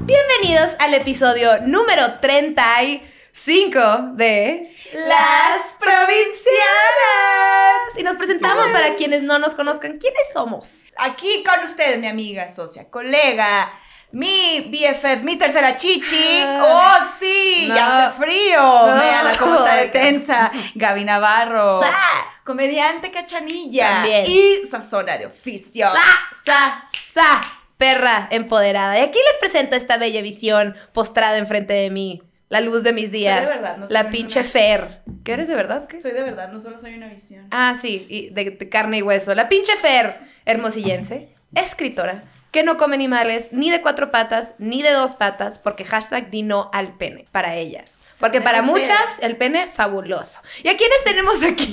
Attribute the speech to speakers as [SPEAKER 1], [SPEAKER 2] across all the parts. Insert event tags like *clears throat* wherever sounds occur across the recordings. [SPEAKER 1] Bienvenidos al episodio número 35 de Las Provincianas. Y nos presentamos para quienes no nos conozcan. ¿Quiénes somos?
[SPEAKER 2] Aquí con ustedes, mi amiga, socia, colega, mi BFF, mi tercera chichi.
[SPEAKER 1] Ah.
[SPEAKER 2] ¡Oh, sí!
[SPEAKER 1] No.
[SPEAKER 2] ¡Ya hace frío!
[SPEAKER 1] No.
[SPEAKER 2] Vean cómo está de tensa. Gaby Navarro.
[SPEAKER 1] Sa.
[SPEAKER 2] Comediante cachanilla.
[SPEAKER 1] También.
[SPEAKER 2] Y sazona de oficio.
[SPEAKER 1] ¡Sa, sa, sa! Perra empoderada. Y aquí les presento esta bella visión postrada enfrente de mí. La luz de mis días.
[SPEAKER 2] verdad, no soy
[SPEAKER 1] la
[SPEAKER 2] una
[SPEAKER 1] pinche Fer. ¿Qué eres de verdad? ¿Qué?
[SPEAKER 2] Soy de verdad, no solo soy una visión.
[SPEAKER 1] Ah, sí, y de, de carne y hueso. La pinche Fer, hermosillense, escritora, que no come animales ni de cuatro patas ni de dos patas, porque hashtag di no al pene para ella. Porque para
[SPEAKER 2] Buenas
[SPEAKER 1] muchas el pene fabuloso. ¿Y a quiénes tenemos
[SPEAKER 2] *laughs*
[SPEAKER 1] aquí?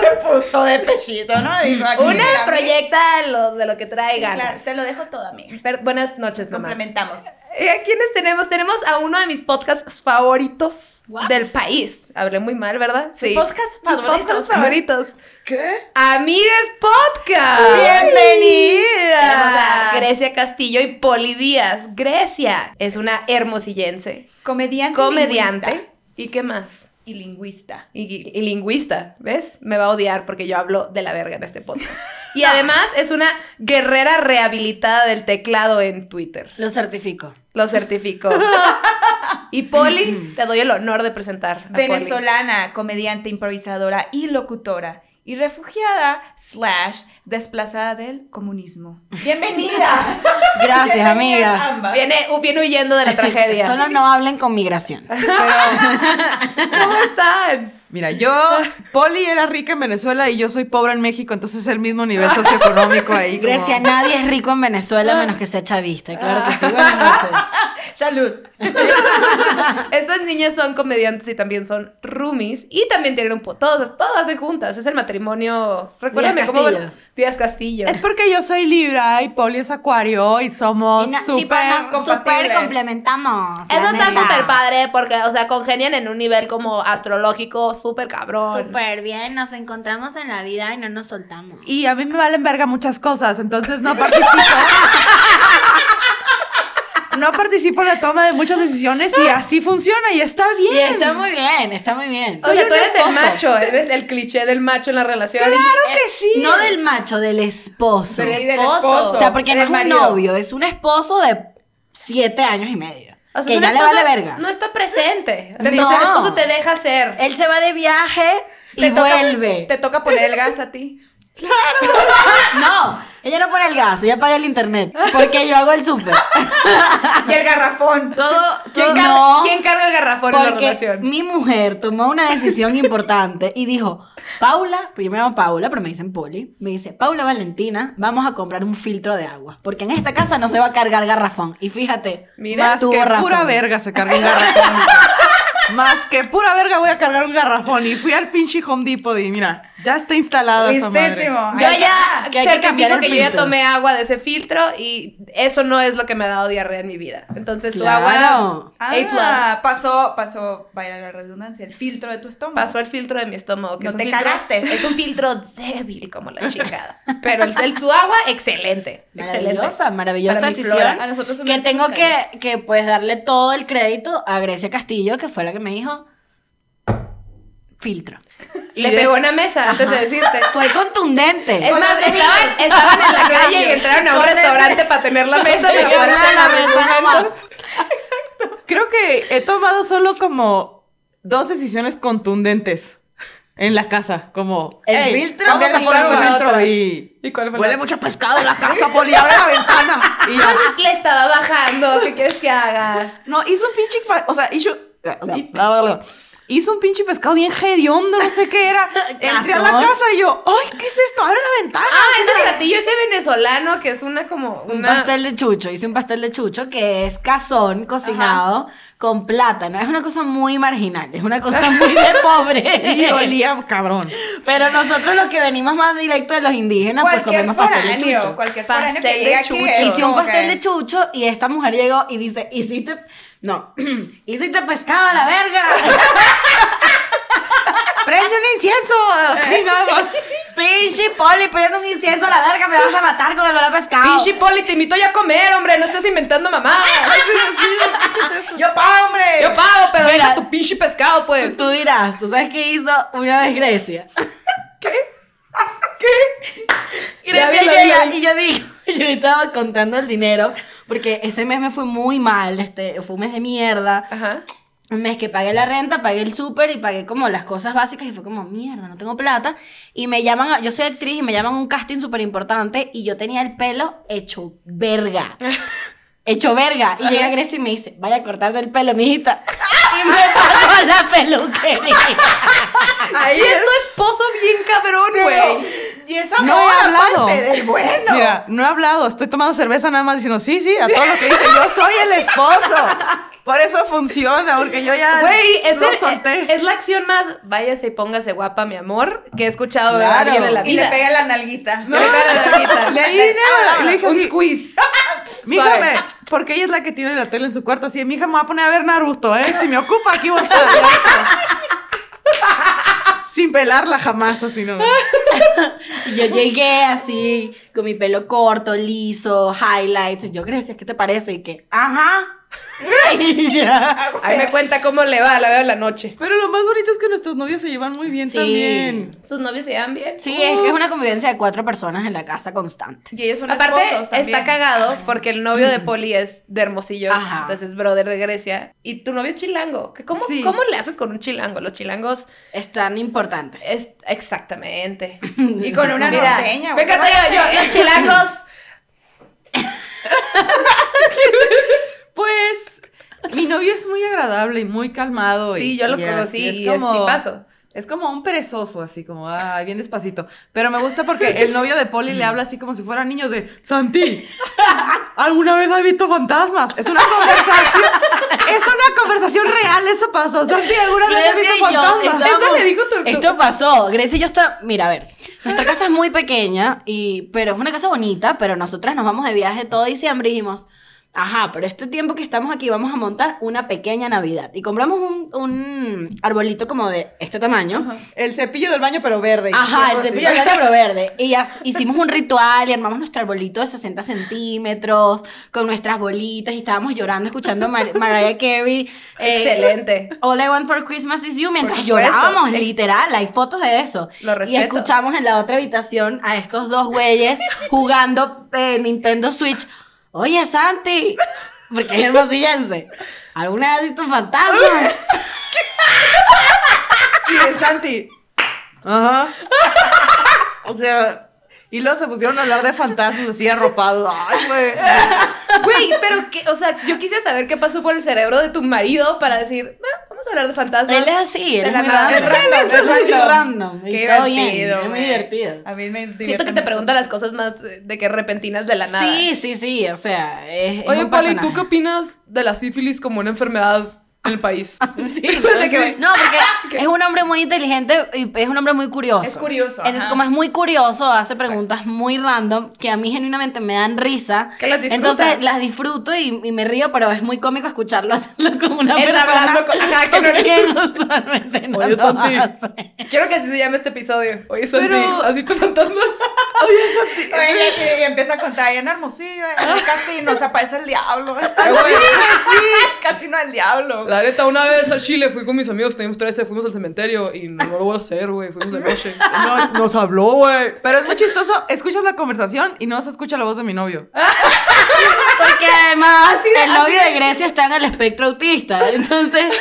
[SPEAKER 2] Se puso de pechito, ¿no? Dijo aquí,
[SPEAKER 1] Una
[SPEAKER 2] mira,
[SPEAKER 1] proyecta lo, de lo que trae
[SPEAKER 2] mira, claro,
[SPEAKER 1] ganas.
[SPEAKER 2] te lo dejo todo, amiga.
[SPEAKER 1] Pero buenas noches, mamá.
[SPEAKER 2] Complementamos.
[SPEAKER 1] ¿Y a quiénes tenemos? Tenemos a uno de mis podcasts favoritos
[SPEAKER 2] What?
[SPEAKER 1] del país. Hablé muy mal, ¿verdad? Sí.
[SPEAKER 2] podcasts
[SPEAKER 1] Mis
[SPEAKER 2] favoritos.
[SPEAKER 1] podcasts favoritos.
[SPEAKER 2] ¿Qué?
[SPEAKER 1] Amigues Podcast. Tenemos a
[SPEAKER 2] ¡Bienvenida!
[SPEAKER 1] Grecia Castillo y Poli Díaz. Grecia es una hermosillense,
[SPEAKER 2] Comediante.
[SPEAKER 1] comediante
[SPEAKER 2] lingüista
[SPEAKER 1] y qué más.
[SPEAKER 2] Y lingüista.
[SPEAKER 1] Y, y lingüista, ¿ves? Me va a odiar porque yo hablo de la verga en este podcast.
[SPEAKER 2] *laughs*
[SPEAKER 1] Y además es una guerrera rehabilitada del teclado en Twitter.
[SPEAKER 3] Lo certifico.
[SPEAKER 1] Lo
[SPEAKER 2] *laughs*
[SPEAKER 1] certificó. Y Poli, te doy el honor de presentar. a Poli.
[SPEAKER 2] venezolana, comediante, improvisadora y locutora. Y refugiada, slash, desplazada del comunismo. ¡Bienvenida!
[SPEAKER 3] Gracias,
[SPEAKER 2] Bienvenidas
[SPEAKER 3] amigas.
[SPEAKER 2] ambas.
[SPEAKER 1] Viene, viene huyendo de la tragedia.
[SPEAKER 3] Solo no hablen con migración.
[SPEAKER 1] ¿Cómo están?
[SPEAKER 3] *laughs*
[SPEAKER 4] Mira, yo, Poli era rica en Venezuela y yo soy pobre en México, entonces es el mismo nivel socioeconómico ahí. como-
[SPEAKER 3] Grecia, nadie es rico en Venezuela
[SPEAKER 1] Ah.
[SPEAKER 3] menos que sea chavista. Claro que sí. Buenas noches.
[SPEAKER 2] ¡Salud!
[SPEAKER 1] Estas niñas son comediantes y también son roomies. Y también tienen un po- todas, todas hacen juntas. Es el matrimonio. Recuérdame
[SPEAKER 3] Díaz
[SPEAKER 1] cómo.
[SPEAKER 3] Castillo.
[SPEAKER 1] Díaz Castillo.
[SPEAKER 4] Es porque yo soy Libra y Poli es Acuario y somos
[SPEAKER 3] Y na- tipo,
[SPEAKER 4] súper...
[SPEAKER 3] nos
[SPEAKER 2] compatibles.
[SPEAKER 3] súper complementamos. la
[SPEAKER 1] Oh, Eso está
[SPEAKER 3] neta.
[SPEAKER 1] súper padre porque, o sea, congenian en un nivel como astrológico súper cabrón.
[SPEAKER 3] Súper bien. Nos encontramos en la vida y no nos soltamos.
[SPEAKER 4] Y a mí me valen verga muchas cosas, entonces no
[SPEAKER 3] *laughs*
[SPEAKER 4] participo. No participo en la toma de muchas decisiones y así funciona y está bien.
[SPEAKER 3] Y está muy bien, está muy bien.
[SPEAKER 1] O sea,
[SPEAKER 4] un
[SPEAKER 1] tú eres el
[SPEAKER 4] esposo.
[SPEAKER 1] macho, eres el cliché del macho en la relación.
[SPEAKER 4] Claro que sí.
[SPEAKER 3] No del macho, del esposo.
[SPEAKER 1] Del
[SPEAKER 2] Y del
[SPEAKER 1] esposo.
[SPEAKER 2] esposo.
[SPEAKER 3] O sea, porque no
[SPEAKER 2] del
[SPEAKER 3] es un
[SPEAKER 2] marido.
[SPEAKER 3] novio, es un esposo de siete años y medio.
[SPEAKER 1] O sea,
[SPEAKER 3] que
[SPEAKER 1] es
[SPEAKER 3] ya
[SPEAKER 1] un
[SPEAKER 3] le
[SPEAKER 1] esposo-
[SPEAKER 3] vale verga.
[SPEAKER 1] No está presente. Así,
[SPEAKER 3] No. Eh,
[SPEAKER 1] El esposo te deja ser.
[SPEAKER 3] Él se va de viaje y
[SPEAKER 2] Te toca-
[SPEAKER 3] vuelve.
[SPEAKER 2] Te toca poner el gas a ti.
[SPEAKER 3] No, ella no pone el gas, ella paga el internet. Porque yo hago el súper.
[SPEAKER 2] Y el garrafón.
[SPEAKER 3] *laughs*
[SPEAKER 2] *laughs*
[SPEAKER 1] Todo, ¿quién,
[SPEAKER 3] todo-
[SPEAKER 1] carga,
[SPEAKER 3] No.
[SPEAKER 1] quién carga el garrafón en la
[SPEAKER 3] Porque
[SPEAKER 1] relación?
[SPEAKER 3] mi mujer tomó una decisión importante y dijo, Paula, pues yo me llamo Paula, pero me dicen Poli, me dice, Paula Valentina, vamos a comprar un filtro de agua, porque en esta casa no se va a cargar garrafón. Y fíjate,
[SPEAKER 1] Mira,
[SPEAKER 4] Más
[SPEAKER 3] tuvo
[SPEAKER 4] que
[SPEAKER 3] razón.
[SPEAKER 4] pura verga se carga un garrafón. Más que pura verga voy a cargar un garrafón. Y fui al pinche Home Depot y mira, ya está instalada esa madre.
[SPEAKER 2] Listísimo.
[SPEAKER 1] Yo
[SPEAKER 2] Ahí
[SPEAKER 1] ya
[SPEAKER 3] que hay que cambiar
[SPEAKER 1] certifico
[SPEAKER 3] el
[SPEAKER 1] que yo ya
[SPEAKER 3] filtro.
[SPEAKER 1] tomé agua de ese filtro y eso no es lo que me ha dado diarrea en mi vida. Entonces su agua
[SPEAKER 3] Claro.
[SPEAKER 2] Ah,
[SPEAKER 1] A
[SPEAKER 2] pasó, pasó, vaya la redundancia, el filtro de tu estómago.
[SPEAKER 1] pasó el filtro de mi estómago. Que
[SPEAKER 2] No
[SPEAKER 1] es un
[SPEAKER 2] te
[SPEAKER 1] filtro-
[SPEAKER 2] cagaste.
[SPEAKER 1] Es un filtro débil como la chingada. Pero el, el- su agua, excelente.
[SPEAKER 3] Maravillosa,
[SPEAKER 1] excelente.
[SPEAKER 3] maravillosa
[SPEAKER 1] Para mi
[SPEAKER 3] decisión.
[SPEAKER 1] flora.
[SPEAKER 2] A nosotros se
[SPEAKER 3] que
[SPEAKER 2] nos
[SPEAKER 3] tengo
[SPEAKER 2] hizo
[SPEAKER 3] que, que pues darle todo el crédito a Grecia Castillo, que fue la que me dijo filtro.
[SPEAKER 4] Y
[SPEAKER 1] Le
[SPEAKER 4] des-
[SPEAKER 1] pegó una mesa antes de
[SPEAKER 3] *laughs*
[SPEAKER 1] decirte.
[SPEAKER 3] Fue contundente.
[SPEAKER 1] Es
[SPEAKER 2] Con
[SPEAKER 1] más,
[SPEAKER 2] los
[SPEAKER 1] estaban,
[SPEAKER 2] amigos.
[SPEAKER 1] estaban en la calle y
[SPEAKER 2] amigos.
[SPEAKER 1] entraron a un
[SPEAKER 2] Con el-
[SPEAKER 1] restaurante para tener la mesa y la
[SPEAKER 3] Llegaron
[SPEAKER 1] parte de
[SPEAKER 3] a
[SPEAKER 1] los
[SPEAKER 3] la mesa
[SPEAKER 1] argumentos.
[SPEAKER 3] nomás.
[SPEAKER 4] Creo que he tomado solo como dos decisiones contundentes en la casa, como
[SPEAKER 3] El
[SPEAKER 4] "Ey,
[SPEAKER 3] filtro,
[SPEAKER 4] vamos
[SPEAKER 3] la
[SPEAKER 4] a poner un
[SPEAKER 1] otra.
[SPEAKER 4] filtro y, huele mucho a pescado la casa, Poli, abre la ventana y ya.
[SPEAKER 1] Entonces le estaba bajando, ¿qué quieres que haga?
[SPEAKER 4] No, hizo un pinche, pa- o sea, hizo, hizo un pinche pescado bien hediondo, no sé qué era. Entré a la
[SPEAKER 3] Cazón.
[SPEAKER 4] casa y yo, ay, ¿qué es esto? Abre la ventana.
[SPEAKER 1] Ah, es el platillo ese venezolano que es una como
[SPEAKER 3] Un
[SPEAKER 1] una...
[SPEAKER 3] pastel de chucho, hice un pastel de chucho que es cazón cocinado con plátano. Es una cosa muy marginal, es una cosa muy de
[SPEAKER 4] Y
[SPEAKER 3] pobre.
[SPEAKER 4] olía cabrón.
[SPEAKER 3] Pero nosotros los que venimos más directo de los indígenas, pues
[SPEAKER 2] Cualquier
[SPEAKER 3] comemos pastel de
[SPEAKER 2] foráneo,
[SPEAKER 3] chucho.
[SPEAKER 2] cualquier foráneo
[SPEAKER 1] Pastel de
[SPEAKER 2] que llegue aquí
[SPEAKER 1] chucho.
[SPEAKER 2] es
[SPEAKER 3] Hice un
[SPEAKER 2] como
[SPEAKER 3] pastel
[SPEAKER 2] que-
[SPEAKER 3] de chucho y esta mujer llegó y dice, hiciste, *clears throat* no, hiciste pescado a la verga.
[SPEAKER 4] prende un incienso. Así nada *laughs* más.
[SPEAKER 3] *laughs* Pinche Poli, prende un incienso a la verga, me vas a matar con el olor a pescado.
[SPEAKER 1] Pinche Poli, te invito ya a comer, hombre. No estás inventando mamá.
[SPEAKER 2] Yo pa, hombre.
[SPEAKER 1] Yo pago, pero
[SPEAKER 3] Mira.
[SPEAKER 1] deja tu pinche pescado, pues.
[SPEAKER 3] Tú, tú dirás, ¿tú sabes qué hizo una
[SPEAKER 1] *laughs*
[SPEAKER 3] vez Grecia? *laughs* ¿Qué? Grecia
[SPEAKER 1] Ya vi la
[SPEAKER 3] llega
[SPEAKER 1] vida.
[SPEAKER 3] y yo digo, *laughs* yo estaba contando el dinero porque ese mes me fue muy mal, este, fue un mes de mierda.
[SPEAKER 1] Ajá.
[SPEAKER 3] Un mes que pagué la renta, pagué el súper y pagué como las cosas básicas y fue como, mierda, no tengo plata. Y me llaman, a- yo soy actriz y me llaman a un casting súper importante y yo tenía el pelo hecho
[SPEAKER 4] *laughs*
[SPEAKER 3] verga. Hecho verga. Y llega Grecia y me dice, vaya a cortarse el pelo,
[SPEAKER 4] *laughs*
[SPEAKER 3] mijita. Y me pasó a la peluquería.
[SPEAKER 4] Ahí
[SPEAKER 1] Es tu esposo bien cabrón, güey.
[SPEAKER 2] Y esa
[SPEAKER 4] No he
[SPEAKER 2] moda,
[SPEAKER 4] hablado.
[SPEAKER 2] aparte, del bueno.
[SPEAKER 4] Mira, no he hablado, estoy tomando cerveza nada más diciendo, sí, sí, a todo lo que dice, yo soy el esposo. Por eso funciona, porque yo ya
[SPEAKER 1] Güey, es,
[SPEAKER 4] lo
[SPEAKER 1] el-
[SPEAKER 4] solté.
[SPEAKER 1] es la acción más váyase y póngase guapa, mi amor, que he escuchado de
[SPEAKER 4] Claro.
[SPEAKER 1] alguien en la
[SPEAKER 2] y le
[SPEAKER 1] vida.
[SPEAKER 2] pega la nalguita.
[SPEAKER 4] no,
[SPEAKER 1] le pega la nalguita.
[SPEAKER 4] *laughs* le Ah, di dinero, le dije
[SPEAKER 1] un
[SPEAKER 4] así,
[SPEAKER 1] squeeze.
[SPEAKER 4] "Mija,
[SPEAKER 1] suave.
[SPEAKER 4] me- porque ella es la que tiene la tele en su cuarto, así, mi hija me va a poner a ver Naruto, ¿eh? Si me ocupa, aquí voy a estar. *laughs* Sin pelarla jamás, así no.
[SPEAKER 3] Y yo llegué así, con mi pelo corto, liso, highlights. Y yo, Grecia, ¿qué te parece? Y que, ajá. Y ya.
[SPEAKER 1] Ahí me cuenta cómo le va, la veo en la noche.
[SPEAKER 4] Pero lo más bonito es que nuestros novios se llevan muy bien
[SPEAKER 3] Sí.
[SPEAKER 4] también.
[SPEAKER 1] ¿Sus novios se llevan bien?
[SPEAKER 3] Sí, es que es una convivencia de cuatro personas en la casa constante.
[SPEAKER 2] Y ellos son
[SPEAKER 1] Aparte,
[SPEAKER 2] esposos también.
[SPEAKER 1] está cagado porque el novio de Poli es de Hermosillo,
[SPEAKER 3] Mm. Ajá.
[SPEAKER 1] entonces es brother de Grecia. Y tu novio es chilango. que ¿Cómo,
[SPEAKER 4] Sí.
[SPEAKER 1] ¿Cómo le haces con un chilango? Los chilangos
[SPEAKER 3] Es tan importante.
[SPEAKER 1] es exactamente. *laughs*
[SPEAKER 2] Y con una
[SPEAKER 1] Mira,
[SPEAKER 2] norteña,
[SPEAKER 1] me
[SPEAKER 2] güey.
[SPEAKER 1] encanta yo, yo, los
[SPEAKER 3] *laughs*
[SPEAKER 1] chilangos.
[SPEAKER 4] Pues mi novio es muy agradable y muy calmado. y-
[SPEAKER 1] Sí, yo lo
[SPEAKER 4] y
[SPEAKER 1] conocí
[SPEAKER 4] así,
[SPEAKER 1] y es tipazo.
[SPEAKER 4] Es como un perezoso, así como, ay, bien despacito. Pero me gusta porque el novio de Polly le habla así como si fuera niño de, Santi, ¿alguna vez has visto fantasmas? Es una conversación, es una conversación real, eso pasó. Santi, ¿alguna vez has visto fantasmas?
[SPEAKER 1] Eso le dijo tu- tu-
[SPEAKER 3] Esto pasó. Grecia y yo está. Mira, a ver. Nuestra casa es muy pequeña, y, pero es una casa bonita. Pero nosotras nos vamos de viaje todo diciembre y dijimos. Ajá, pero este tiempo que estamos aquí vamos a montar una pequeña Navidad. Y compramos un, un arbolito como de este tamaño.
[SPEAKER 4] El cepillo del baño, pero verde.
[SPEAKER 3] Ajá, el
[SPEAKER 4] Así.
[SPEAKER 3] cepillo de baño
[SPEAKER 1] *laughs*
[SPEAKER 3] pero verde. Y as- hicimos un ritual y armamos nuestro arbolito de 60 centímetros con nuestras bolitas y estábamos llorando
[SPEAKER 1] *laughs*
[SPEAKER 3] escuchando Mar- Mariah Carey. eh,
[SPEAKER 1] Excelente.
[SPEAKER 3] All I Want for Christmas is You mientras
[SPEAKER 1] Por supuesto.
[SPEAKER 3] llorábamos,
[SPEAKER 1] Ex-
[SPEAKER 3] literal. Hay fotos de eso.
[SPEAKER 1] Lo
[SPEAKER 3] y
[SPEAKER 1] respeto.
[SPEAKER 3] escuchamos en la otra habitación a estos dos güeyes
[SPEAKER 1] *laughs*
[SPEAKER 3] jugando eh, Nintendo Switch. Oye, Santi, porque es hermosillense. ¿Alguna vez has visto
[SPEAKER 1] *laughs*
[SPEAKER 3] fantasmas?
[SPEAKER 4] Y el Santi. Ajá. O sea, y luego se pusieron a hablar de fantasmas así arropados. Ay, güey.
[SPEAKER 1] Güey, pero que, o sea, yo quise saber qué pasó por el cerebro de tu marido para decir, "Ah, vamos a hablar de fantasmas.
[SPEAKER 3] *laughs* Él es así, él
[SPEAKER 1] De
[SPEAKER 3] es
[SPEAKER 1] la
[SPEAKER 3] muy
[SPEAKER 1] nada.
[SPEAKER 3] random.
[SPEAKER 4] Él
[SPEAKER 3] *laughs*
[SPEAKER 4] es así.
[SPEAKER 3] muy random.
[SPEAKER 2] Qué
[SPEAKER 3] Y todo bien,
[SPEAKER 2] divertido,
[SPEAKER 3] es muy
[SPEAKER 2] güey.
[SPEAKER 3] divertido.
[SPEAKER 2] A mí me divierte
[SPEAKER 1] Siento que te
[SPEAKER 2] mucho.
[SPEAKER 1] pregunta las cosas más eh, de que repentinas de la nada.
[SPEAKER 3] Sí, sí, sí, o sea, es, es
[SPEAKER 5] Oye,
[SPEAKER 3] un
[SPEAKER 5] Pali, ¿tú
[SPEAKER 3] personaje.
[SPEAKER 5] qué opinas de la sífilis como una enfermedad en el país?
[SPEAKER 3] *laughs*
[SPEAKER 1] *laughs*
[SPEAKER 3] Sí,
[SPEAKER 5] de que-
[SPEAKER 3] No, porque es un hombre muy inteligente y es un hombre muy curioso.
[SPEAKER 2] Es curioso,
[SPEAKER 3] Entonces,
[SPEAKER 2] ajá.
[SPEAKER 3] como es muy curioso, hace preguntas muy random que a mí genuinamente me dan risa.
[SPEAKER 1] Que las disfrutas.
[SPEAKER 3] Entonces, las disfruto y, y me río, pero es muy cómico escucharlo *laughs* hacerlo como una
[SPEAKER 1] Él está
[SPEAKER 3] persona. *laughs*
[SPEAKER 1] hablando con- ajá, que no eres
[SPEAKER 3] quien usualmente no
[SPEAKER 5] Oye,
[SPEAKER 3] lo
[SPEAKER 5] Santi.
[SPEAKER 3] hace.
[SPEAKER 1] Quiero que así se llame este episodio.
[SPEAKER 5] Oye, Santi, ¿has visto fantasmas?
[SPEAKER 2] Oye, y- y empieza a contar, ahí en Hermosillo, en el casino, se aparece el
[SPEAKER 1] *laughs*
[SPEAKER 2] diablo. sí. Casino del diablo.
[SPEAKER 5] La neta, una vez al Chile fui con mis amigos, teníamos 13, fuimos al cementerio y no, no lo voy a hacer, güey, fuimos de noche.
[SPEAKER 4] No, nos habló, güey. Pero es muy chistoso. Escuchas la conversación y no se escucha la voz de mi novio.
[SPEAKER 3] Porque además
[SPEAKER 2] de-
[SPEAKER 3] el novio
[SPEAKER 2] así
[SPEAKER 3] de Grecia está en el espectro autista. Entonces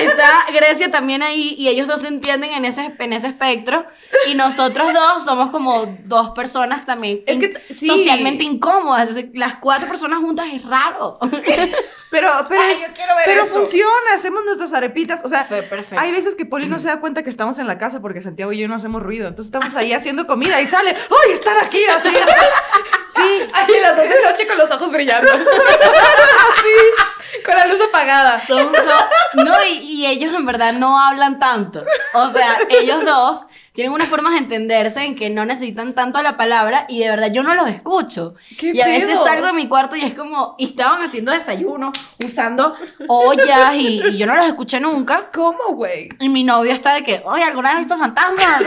[SPEAKER 3] está Grecia también ahí y ellos dos se entienden en ese, en ese espectro. Y nosotros dos somos como dos personas también
[SPEAKER 1] Es que
[SPEAKER 3] in-
[SPEAKER 1] t- sí.
[SPEAKER 3] socialmente incómodas. Entonces, las cuatro personas juntas es raro. *laughs*
[SPEAKER 4] Pero, pero,
[SPEAKER 2] Ay,
[SPEAKER 4] es-
[SPEAKER 2] yo quiero ver
[SPEAKER 4] pero
[SPEAKER 2] eso.
[SPEAKER 4] funciona, hacemos nuestras arepitas. O sea,
[SPEAKER 3] Fue perfecto.
[SPEAKER 4] hay veces que Poli no se da cuenta que estamos en la casa porque Santiago y yo no hacemos ruido. Entonces estamos ahí haciendo comida y sale, ¡ay, están aquí! Así. Sí,
[SPEAKER 1] Ay, las dos de noche con los ojos brillando. Con la luz apagada.
[SPEAKER 3] Son- son- no, y, y ellos en verdad no hablan tanto. O sea, ellos dos tienen unas formas de entenderse en que no necesitan tanto la palabra y de verdad yo no los escucho.
[SPEAKER 6] ¿Qué
[SPEAKER 3] y a veces
[SPEAKER 6] pedo?
[SPEAKER 3] salgo de mi cuarto y es como, y estaban haciendo desayuno, usando ollas y, y yo no los escuché nunca.
[SPEAKER 6] ¿Cómo, güey?
[SPEAKER 3] Y mi novio está de que, oye, ¿alguna vez has visto fantasmas?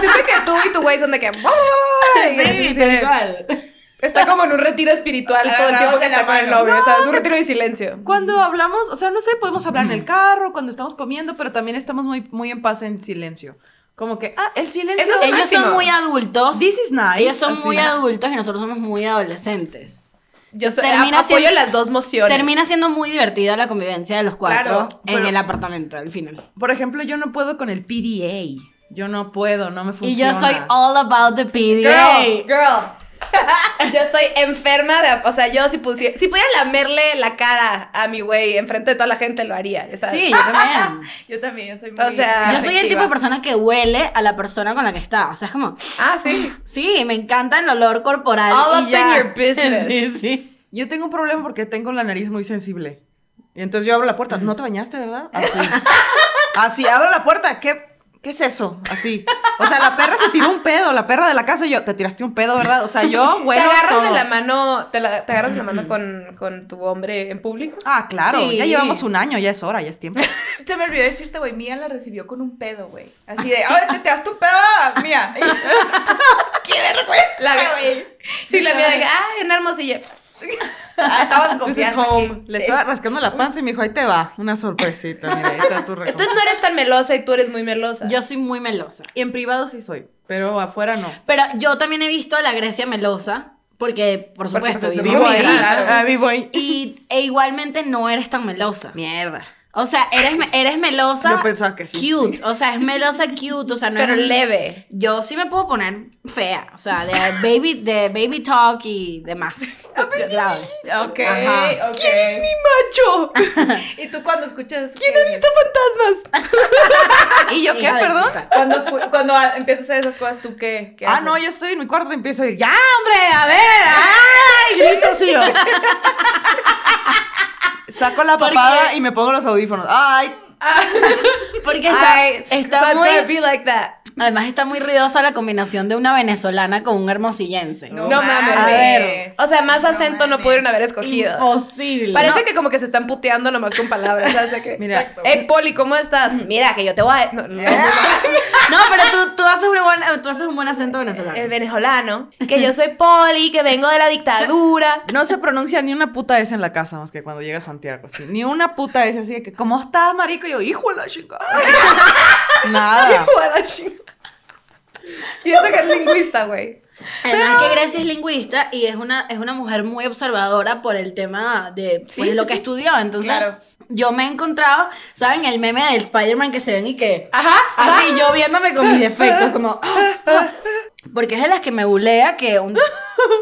[SPEAKER 1] Siento que tú y tu güey son de que. Y así, así de- Está como en un retiro espiritual todo el tiempo que está con el novio. O sea, es un retiro de silencio.
[SPEAKER 4] Cuando hablamos, o sea, no sé, podemos hablar en el carro, cuando estamos comiendo, pero también estamos muy, muy en paz en silencio. Como que, ah, el silencio.
[SPEAKER 1] Eso-
[SPEAKER 3] Ellos son
[SPEAKER 1] máximo.
[SPEAKER 3] muy adultos.
[SPEAKER 4] This is nice,
[SPEAKER 3] Ellos son
[SPEAKER 4] así.
[SPEAKER 3] muy adultos y nosotros somos muy adolescentes.
[SPEAKER 1] Yo soy,
[SPEAKER 3] Termina
[SPEAKER 1] apoyo
[SPEAKER 3] siendo-
[SPEAKER 1] las dos mociones.
[SPEAKER 3] Termina siendo muy divertida la convivencia de los cuatro
[SPEAKER 4] Claro,
[SPEAKER 3] en
[SPEAKER 4] pero-
[SPEAKER 3] el apartamento al final.
[SPEAKER 4] Por ejemplo, yo no puedo con el PDA. Yo no puedo, no me funciona.
[SPEAKER 3] Y yo soy
[SPEAKER 4] *laughs*
[SPEAKER 3] all about the PDA.
[SPEAKER 1] Girl, girl. Yo estoy enferma de. O sea, yo si, pusie- si pudiera lamerle la cara a mi güey enfrente de toda la gente, lo haría. ¿sabes?
[SPEAKER 3] Sí, yo también.
[SPEAKER 2] Yo también, yo soy muy...
[SPEAKER 1] O sea.
[SPEAKER 3] yo soy el
[SPEAKER 1] afectiva.
[SPEAKER 3] tipo de persona que huele a la persona con la que está. O sea, es como,
[SPEAKER 1] Ah, sí.
[SPEAKER 3] sí, me encanta el olor corporal.
[SPEAKER 1] All
[SPEAKER 3] y
[SPEAKER 1] up
[SPEAKER 3] ya.
[SPEAKER 1] in your business.
[SPEAKER 3] *laughs* Sí, sí.
[SPEAKER 4] Yo tengo un problema porque tengo la nariz muy sensible. Y entonces yo abro la puerta. ¿No te bañaste, verdad? Así. Así, abro la puerta. ¿Qué, ¿Qué es eso? Así. O sea, la perra se tiró un pedo. La perra de la casa y yo, te tiraste un pedo, ¿verdad? O sea, yo, bueno.
[SPEAKER 1] te agarras de la mano, te, la- te agarras de la mano con, con tu hombre en público.
[SPEAKER 4] Ah, claro.
[SPEAKER 3] Sí.
[SPEAKER 4] Ya llevamos un año, ya es hora, ya es *laughs* tiempo.
[SPEAKER 2] Se me olvidó decirte, güey, Mía la recibió con un pedo, güey. Así de, ¡ay, te, te das tu pedo, Mía! *laughs* ¡Qué vergüenza,
[SPEAKER 1] La-
[SPEAKER 2] güey!
[SPEAKER 1] Ah, Sí, la mía de que, ah, en *laughs* hermosilla.
[SPEAKER 2] Ah, estabas
[SPEAKER 4] This is
[SPEAKER 2] confiando.
[SPEAKER 4] home.
[SPEAKER 2] que-
[SPEAKER 4] Le estaba rascando la panza y me dijo, ahí te va. Una sorpresita, mira, ahí está tu recompensa.
[SPEAKER 1] Entonces no eres tan melosa y tú eres muy melosa.
[SPEAKER 3] Yo soy muy melosa.
[SPEAKER 4] Y en privado sí soy, pero afuera no.
[SPEAKER 3] Pero yo también he visto a la Grecia melosa, porque, por
[SPEAKER 1] Porque,
[SPEAKER 3] supuesto,
[SPEAKER 1] pues,
[SPEAKER 3] vivo
[SPEAKER 4] Vivo
[SPEAKER 1] ahí,
[SPEAKER 4] ahí.
[SPEAKER 3] ahí.
[SPEAKER 1] claro.
[SPEAKER 4] Ah, vivo ahí.
[SPEAKER 3] Y, e igualmente no eres tan melosa.
[SPEAKER 4] Mierda.
[SPEAKER 3] O sea, eres, me- eres melosa.
[SPEAKER 4] Yo pensaba que sí.
[SPEAKER 3] Cute. O sea, es melosa cute. O sea, no
[SPEAKER 1] pero
[SPEAKER 3] es. un-
[SPEAKER 1] leve.
[SPEAKER 3] Yo sí me puedo poner fea. O sea, de baby, de baby talk y demás. ¿Sabes?
[SPEAKER 2] Ok,
[SPEAKER 3] Ajá.
[SPEAKER 2] ok.
[SPEAKER 1] ¡Macho!
[SPEAKER 2] *laughs* Y tú cuando escuchas...
[SPEAKER 1] ¿Quién
[SPEAKER 2] que-
[SPEAKER 1] ha visto fantasmas?
[SPEAKER 4] ¿Y yo qué,
[SPEAKER 3] Hija de
[SPEAKER 4] perdón?
[SPEAKER 3] puta.
[SPEAKER 2] Cuando, escu- cuando ah, empiezas a hacer esas cosas, ¿tú qué, qué
[SPEAKER 4] Ah,
[SPEAKER 2] haces?
[SPEAKER 4] no, yo estoy en mi cuarto y empiezo a ir, ya, hombre, a ver,
[SPEAKER 1] ah,
[SPEAKER 4] ay, grito, sí, yo. *laughs* Saco la papada y me pongo los audífonos. Ay,
[SPEAKER 3] Porque está,
[SPEAKER 1] Ay,
[SPEAKER 3] está
[SPEAKER 1] so it's gonna
[SPEAKER 3] muy.
[SPEAKER 1] be like that.
[SPEAKER 3] Además, está muy ruidosa la combinación de una venezolana con un hermosillense.
[SPEAKER 1] No, mames.
[SPEAKER 3] A ver.
[SPEAKER 1] O sea, más acento no
[SPEAKER 2] mames.
[SPEAKER 1] pudieron haber escogido.
[SPEAKER 3] Imposible.
[SPEAKER 1] Parece
[SPEAKER 3] No,
[SPEAKER 1] que como que se están puteando nomás con palabras. o sea que,
[SPEAKER 4] Mira.
[SPEAKER 1] Hey, eh, Poli, ¿cómo estás? Mira, que yo te voy a... no, no.
[SPEAKER 3] no, pero tú, tú, haces una buena- tú haces un buen acento venezolano.
[SPEAKER 1] El venezolano. Que yo soy Poli, que vengo de la
[SPEAKER 4] *laughs*
[SPEAKER 1] dictadura.
[SPEAKER 4] No se pronuncia ni una puta S en la casa más que cuando llega a Santiago, así. Ni una puta S, así de que, ¿cómo estás, marico? Y yo, hijo de la chingada. *laughs* Nada.
[SPEAKER 1] *laughs* Y eso que es lingüista, güey.
[SPEAKER 3] Además que Grecia es lingüista y es una, es una mujer muy observadora por el tema de pues, lo que estudió. Entonces,
[SPEAKER 1] Claro.
[SPEAKER 3] yo me he encontrado, ¿saben? El meme del Spider-Man que se ven y que...
[SPEAKER 1] Ajá,
[SPEAKER 3] *laughs* Así yo viéndome con mis defectos, como... ah, ah. Porque es de las que me bulea que... un-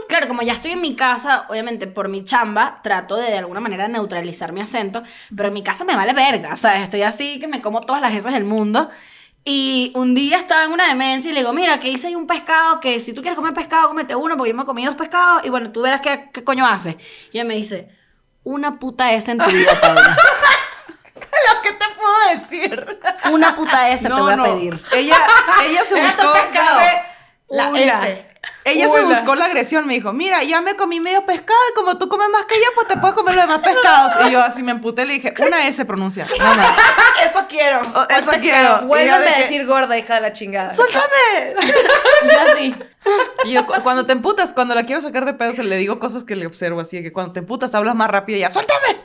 [SPEAKER 3] Claro, como ya estoy en mi casa, obviamente por mi chamba, trato de de alguna manera neutralizar mi acento, pero en mi casa me vale verga, ¿sabes? Estoy así que me como todas las esas del mundo. Y un día estaba en una demencia y le digo, mira, que hice ahí un pescado, que si tú quieres comer pescado, cómete uno, porque yo me comí dos pescados, y bueno, tú verás qué, qué coño haces. Y ella me dice, una puta S en tu vida, Paula.
[SPEAKER 2] Lo que te puedo decir.
[SPEAKER 3] Una puta S
[SPEAKER 4] *laughs*
[SPEAKER 3] te voy a pedir.
[SPEAKER 4] Ella, ella
[SPEAKER 3] *laughs*
[SPEAKER 4] se
[SPEAKER 2] Era tu
[SPEAKER 4] buscó.
[SPEAKER 2] pescado.
[SPEAKER 4] dame
[SPEAKER 2] La
[SPEAKER 4] una.
[SPEAKER 2] S.
[SPEAKER 4] Ella se
[SPEAKER 2] Una.
[SPEAKER 4] buscó la agresión, me dijo, mira, ya me comí medio pescado y como tú comes más que yo, pues te puedes comer los demás pescados. Y yo así me emputé y le dije, una S pronuncia. nada más.
[SPEAKER 3] *laughs*
[SPEAKER 2] Eso quiero.
[SPEAKER 4] Oh, eso quiero.
[SPEAKER 1] Vuélvame
[SPEAKER 4] Y yo
[SPEAKER 1] a
[SPEAKER 4] dije,
[SPEAKER 1] decir gorda, hija de la chingada.
[SPEAKER 3] *laughs*
[SPEAKER 4] ¡Suéltame! Y yo, cu- cuando te emputas, cuando la quiero sacar de pedo, se le digo cosas que le observo así, que cuando te emputas hablas más rápido y ya, ¡suéltame!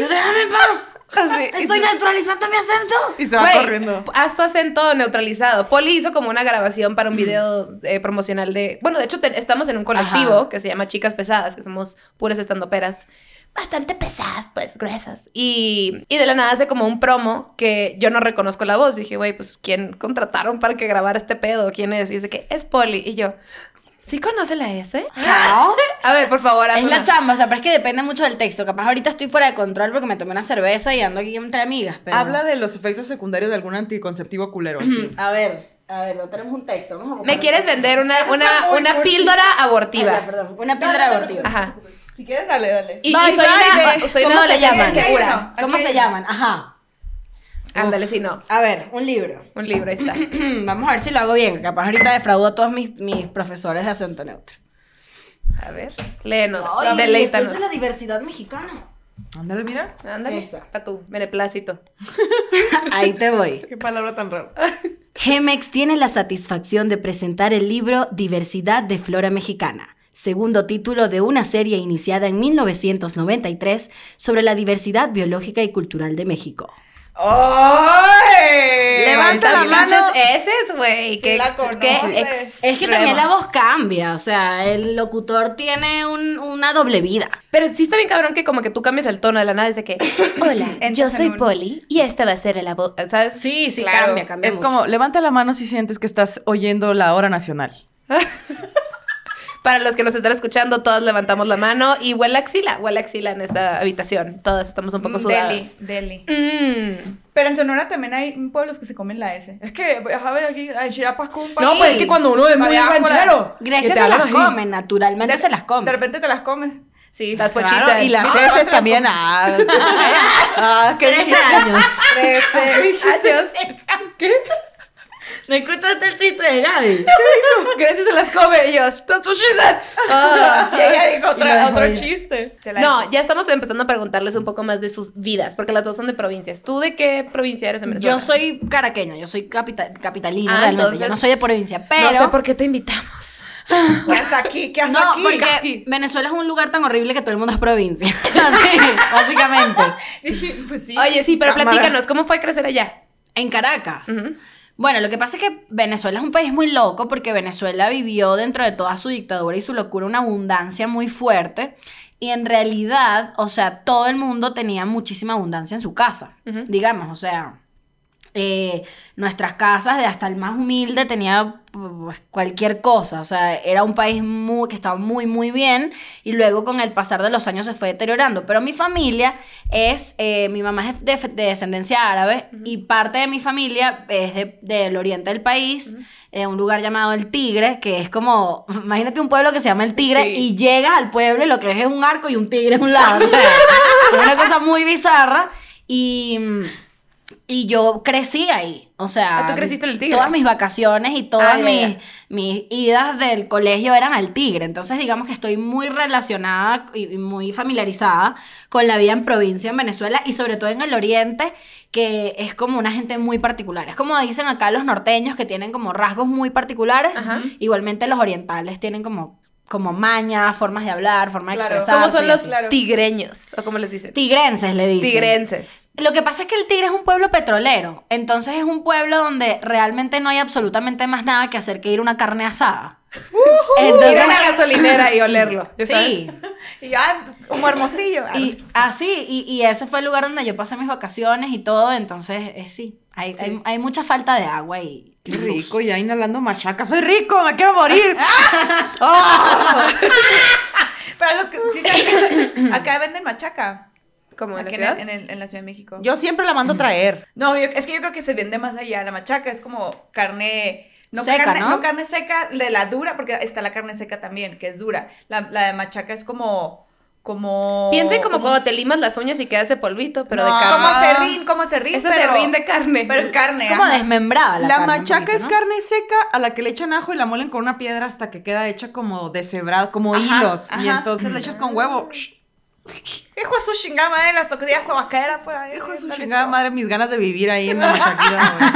[SPEAKER 3] Déjame en paz,
[SPEAKER 4] *laughs* Así, y
[SPEAKER 3] estoy
[SPEAKER 4] se-
[SPEAKER 3] neutralizando mi acento.
[SPEAKER 4] y se va
[SPEAKER 1] Güey,
[SPEAKER 4] corriendo.
[SPEAKER 1] Haz tu acento neutralizado. Poli hizo como una grabación para un video eh, promocional de. Bueno, de hecho, te- estamos en un colectivo
[SPEAKER 3] Ajá.
[SPEAKER 1] que se llama Chicas Pesadas, que somos puras estandoperas. Bastante pesadas, pues, gruesas. Y, y de la nada hace como un promo que yo no reconozco la voz. Dije, güey, pues, ¿quién contrataron para que grabara este pedo? ¿Quién es? Y dice que es Poli. Y yo, ¿sí conoce la S?
[SPEAKER 3] Claro.
[SPEAKER 1] A ver, por favor, haz
[SPEAKER 3] Es la
[SPEAKER 1] una.
[SPEAKER 3] chamba, o sea, pero es que depende mucho del texto. Capaz ahorita estoy fuera de control porque me tomé una cerveza y ando aquí entre amigas. Pero...
[SPEAKER 4] Habla de los efectos secundarios de algún anticonceptivo culero, así.
[SPEAKER 3] A ver, a ver, no tenemos un texto. Vamos a buscar
[SPEAKER 1] ¿Me
[SPEAKER 3] un
[SPEAKER 1] quieres
[SPEAKER 3] texto.
[SPEAKER 1] vender una, una,
[SPEAKER 2] muy
[SPEAKER 1] una
[SPEAKER 2] cursi.
[SPEAKER 1] píldora
[SPEAKER 3] Ah, ya,
[SPEAKER 1] abortiva?
[SPEAKER 3] perdón, una píldora abortiva.
[SPEAKER 1] Ajá.
[SPEAKER 2] Si quieres, dale, dale.
[SPEAKER 1] Y, y
[SPEAKER 4] Bye,
[SPEAKER 1] soy
[SPEAKER 4] bye,
[SPEAKER 1] una,
[SPEAKER 4] bye.
[SPEAKER 1] soy una
[SPEAKER 3] ¿Cómo se
[SPEAKER 1] adolescente
[SPEAKER 3] llaman?
[SPEAKER 1] segura.
[SPEAKER 3] ¿Cómo
[SPEAKER 2] Aquí
[SPEAKER 3] se
[SPEAKER 2] hay-
[SPEAKER 3] llaman? Ajá.
[SPEAKER 1] Ándale, si no.
[SPEAKER 3] A ver, un libro. *clears throat*
[SPEAKER 1] Un libro, ahí está.
[SPEAKER 3] Vamos a ver si lo hago bien. Capaz ahorita defraudo a todos mis, mis profesores de acento neutro.
[SPEAKER 1] A ver, léenos, deleítanos.
[SPEAKER 3] diversidad mexicana.
[SPEAKER 4] Ándale, mira.
[SPEAKER 1] Ándale,
[SPEAKER 3] Esta.
[SPEAKER 1] está tu beneplácito.
[SPEAKER 3] *laughs* Ahí te voy.
[SPEAKER 4] Qué palabra tan rara.
[SPEAKER 3] Gemex E tiene la satisfacción de presentar el libro Diversidad de Flora Mexicana, segundo título de una serie iniciada en 1993 sobre la diversidad biológica y cultural de México.
[SPEAKER 2] ¡Ay!
[SPEAKER 4] Levanta la
[SPEAKER 1] Esas
[SPEAKER 4] mano.
[SPEAKER 1] pinches eses, güey. Que,
[SPEAKER 2] la
[SPEAKER 1] ex-
[SPEAKER 2] conoces.
[SPEAKER 1] que
[SPEAKER 2] Es
[SPEAKER 3] Es que también la voz cambia, o sea, el locutor tiene un- una doble vida.
[SPEAKER 1] Pero sí está bien cabrón que como que tú cambias el tono de la nada desde que... Hola, yo soy Polly y esta va a ser la voz, ¿sabes?
[SPEAKER 3] Sí, sí,
[SPEAKER 1] Claro.
[SPEAKER 3] cambia, cambia.
[SPEAKER 4] Es
[SPEAKER 3] mucho.
[SPEAKER 4] como, levanta la mano si sientes que estás oyendo la hora nacional.
[SPEAKER 1] Para los que nos están escuchando, todas levantamos la mano y huele a axila, huele a axila en esta habitación. Todas estamos un
[SPEAKER 2] Mm,
[SPEAKER 1] poco sudadas.
[SPEAKER 2] Delhi.
[SPEAKER 1] Mm.
[SPEAKER 2] Pero en Sonora también hay pueblos que se comen la S. Es que, a ver, aquí, en Chiapas, compa.
[SPEAKER 7] No, pues es que cuando uno es muy
[SPEAKER 2] Para afuera.
[SPEAKER 7] ranchero. que
[SPEAKER 3] Grecia
[SPEAKER 7] te
[SPEAKER 3] se
[SPEAKER 7] hablan
[SPEAKER 3] las
[SPEAKER 7] así.
[SPEAKER 3] come, naturalmente se las
[SPEAKER 2] De
[SPEAKER 3] come.
[SPEAKER 2] repente te las comes. Sí.
[SPEAKER 1] That's what she
[SPEAKER 2] claro.
[SPEAKER 1] said.
[SPEAKER 2] Y
[SPEAKER 4] *laughs*
[SPEAKER 1] *laughs*
[SPEAKER 2] las
[SPEAKER 1] heces
[SPEAKER 2] también.
[SPEAKER 4] Ah, qué
[SPEAKER 3] Trece años.
[SPEAKER 1] Adiós.
[SPEAKER 2] *laughs*
[SPEAKER 3] ¿Me escuchaste el chiste de Gaby?
[SPEAKER 1] Gracias a las come. Y yo, "That's what she said". Ah.
[SPEAKER 2] Y ella dijo
[SPEAKER 3] Y la
[SPEAKER 2] otra- otro
[SPEAKER 3] dejó ir.
[SPEAKER 2] chiste. Te la
[SPEAKER 1] No,
[SPEAKER 2] hice.
[SPEAKER 1] ya estamos empezando a preguntarles un poco más de sus vidas, porque las dos son de provincias. ¿Tú de qué provincia eres en Venezuela?
[SPEAKER 3] Yo soy caraqueña, yo soy capita- capitalina
[SPEAKER 1] Ah,
[SPEAKER 3] realmente,
[SPEAKER 1] entonces-
[SPEAKER 3] yo no soy de provincia, pero...
[SPEAKER 1] No sé por qué te invitamos.
[SPEAKER 2] ¿Qué haces aquí? ¿Qué haces
[SPEAKER 3] No,
[SPEAKER 1] *laughs*
[SPEAKER 2] aquí? *laughs*
[SPEAKER 3] porque Venezuela es un lugar tan horrible que todo el mundo es provincia. *laughs* Así, básicamente.
[SPEAKER 2] Dije, pues sí.
[SPEAKER 1] Oye, sí, pero
[SPEAKER 4] Cámara.
[SPEAKER 1] platícanos, ¿cómo fue crecer allá?
[SPEAKER 3] En Caracas. Bueno, lo que pasa es que Venezuela es un país muy loco porque Venezuela vivió dentro de toda su dictadura y su locura una abundancia muy fuerte. Y en realidad, o sea, todo el mundo tenía muchísima abundancia en su casa, digamos, o sea, eh, nuestras casas, de hasta el más humilde, tenía pues, cualquier cosa. O sea, era un país muy, que estaba muy, muy bien. Y luego con el pasar de los años se fue deteriorando. Pero mi familia es, eh, mi mamá es de, de descendencia árabe y parte de mi familia es de- del oriente del país. eh, un lugar llamado El Tigre, que es como, imagínate un pueblo que se llama El Tigre y llegas al pueblo y lo que ves es un arco y un tigre a un lado. O sea, es una cosa muy bizarra. Y, mm, y yo crecí ahí. O sea,
[SPEAKER 1] Ah, tú creciste en el Tigre.
[SPEAKER 3] Todas mis vacaciones y todas
[SPEAKER 1] Ah, ya,
[SPEAKER 3] mis,
[SPEAKER 1] ya.
[SPEAKER 3] mis idas del colegio eran al Tigre. Entonces, digamos que estoy muy relacionada y y muy familiarizada con la vida en provincia en Venezuela y sobre todo en el oriente, que es como una gente muy particular. Es como dicen acá los norteños que tienen como rasgos muy particulares.
[SPEAKER 1] Ajá.
[SPEAKER 3] Igualmente los orientales tienen como, como mañas, formas de hablar, formas de
[SPEAKER 2] Claro.
[SPEAKER 3] expresarse.
[SPEAKER 1] ¿Cómo son
[SPEAKER 3] y
[SPEAKER 1] los
[SPEAKER 3] así.
[SPEAKER 2] Claro.
[SPEAKER 1] tigreños? ¿O cómo les dicen?
[SPEAKER 3] Tigrenses le dicen.
[SPEAKER 1] Tigrenses.
[SPEAKER 3] Lo que pasa es que el Tigre es un pueblo petrolero, entonces es un pueblo donde realmente no hay absolutamente más nada que hacer que ir a una carne asada.
[SPEAKER 1] Ir a
[SPEAKER 3] Entonces,
[SPEAKER 1] la gasolinera y olerlo. ya sabes.
[SPEAKER 3] sí,
[SPEAKER 2] Y ya, como hermosillo.
[SPEAKER 3] y así, y, y ese fue el lugar donde yo pasé mis vacaciones y todo, entonces eh, sí, hay, Hay, hay mucha falta de agua y...
[SPEAKER 4] Qué rico, ya inhalando machaca. Soy rico, me quiero morir. Ah.
[SPEAKER 2] Para los que
[SPEAKER 1] *coughs*
[SPEAKER 2] sí saben, *coughs* acá venden machaca.
[SPEAKER 1] Como en la
[SPEAKER 2] Aquí
[SPEAKER 1] ciudad.
[SPEAKER 2] en, el- en la Ciudad de México.
[SPEAKER 8] Yo siempre la mando a traer.
[SPEAKER 2] No, yo- es que yo creo que se vende más allá. La machaca es como carne. No
[SPEAKER 3] Seca,
[SPEAKER 2] carne,
[SPEAKER 3] ¿no?
[SPEAKER 2] carne seca de la dura, porque está la carne seca también, que es dura. La, la de machaca es como. como
[SPEAKER 1] Piensen como cuando te limas las uñas y queda ese polvito, pero de carne.
[SPEAKER 2] Como serrín, como serrín.
[SPEAKER 1] Ese
[SPEAKER 2] pero-
[SPEAKER 1] serrín de carne.
[SPEAKER 2] Pero carne.
[SPEAKER 3] Como
[SPEAKER 2] ajá.
[SPEAKER 3] desmembrada la,
[SPEAKER 4] La
[SPEAKER 3] carne un
[SPEAKER 4] machaca
[SPEAKER 3] poquito,
[SPEAKER 4] es
[SPEAKER 3] ¿no?
[SPEAKER 4] carne seca a la que le echan ajo y la molen con una piedra hasta que queda hecha como deshebrada, como
[SPEAKER 2] Ajá,
[SPEAKER 4] hilos. Y
[SPEAKER 2] ajá.
[SPEAKER 4] entonces le echas con huevo. Shh,
[SPEAKER 2] Hijo de su chingada madre, las toquetillas sobaqueras, pues. ahí,
[SPEAKER 4] Hijo de su
[SPEAKER 2] dale
[SPEAKER 4] chingada
[SPEAKER 2] eso.
[SPEAKER 4] madre, mis ganas de vivir ahí *laughs* en la machaquita, güey.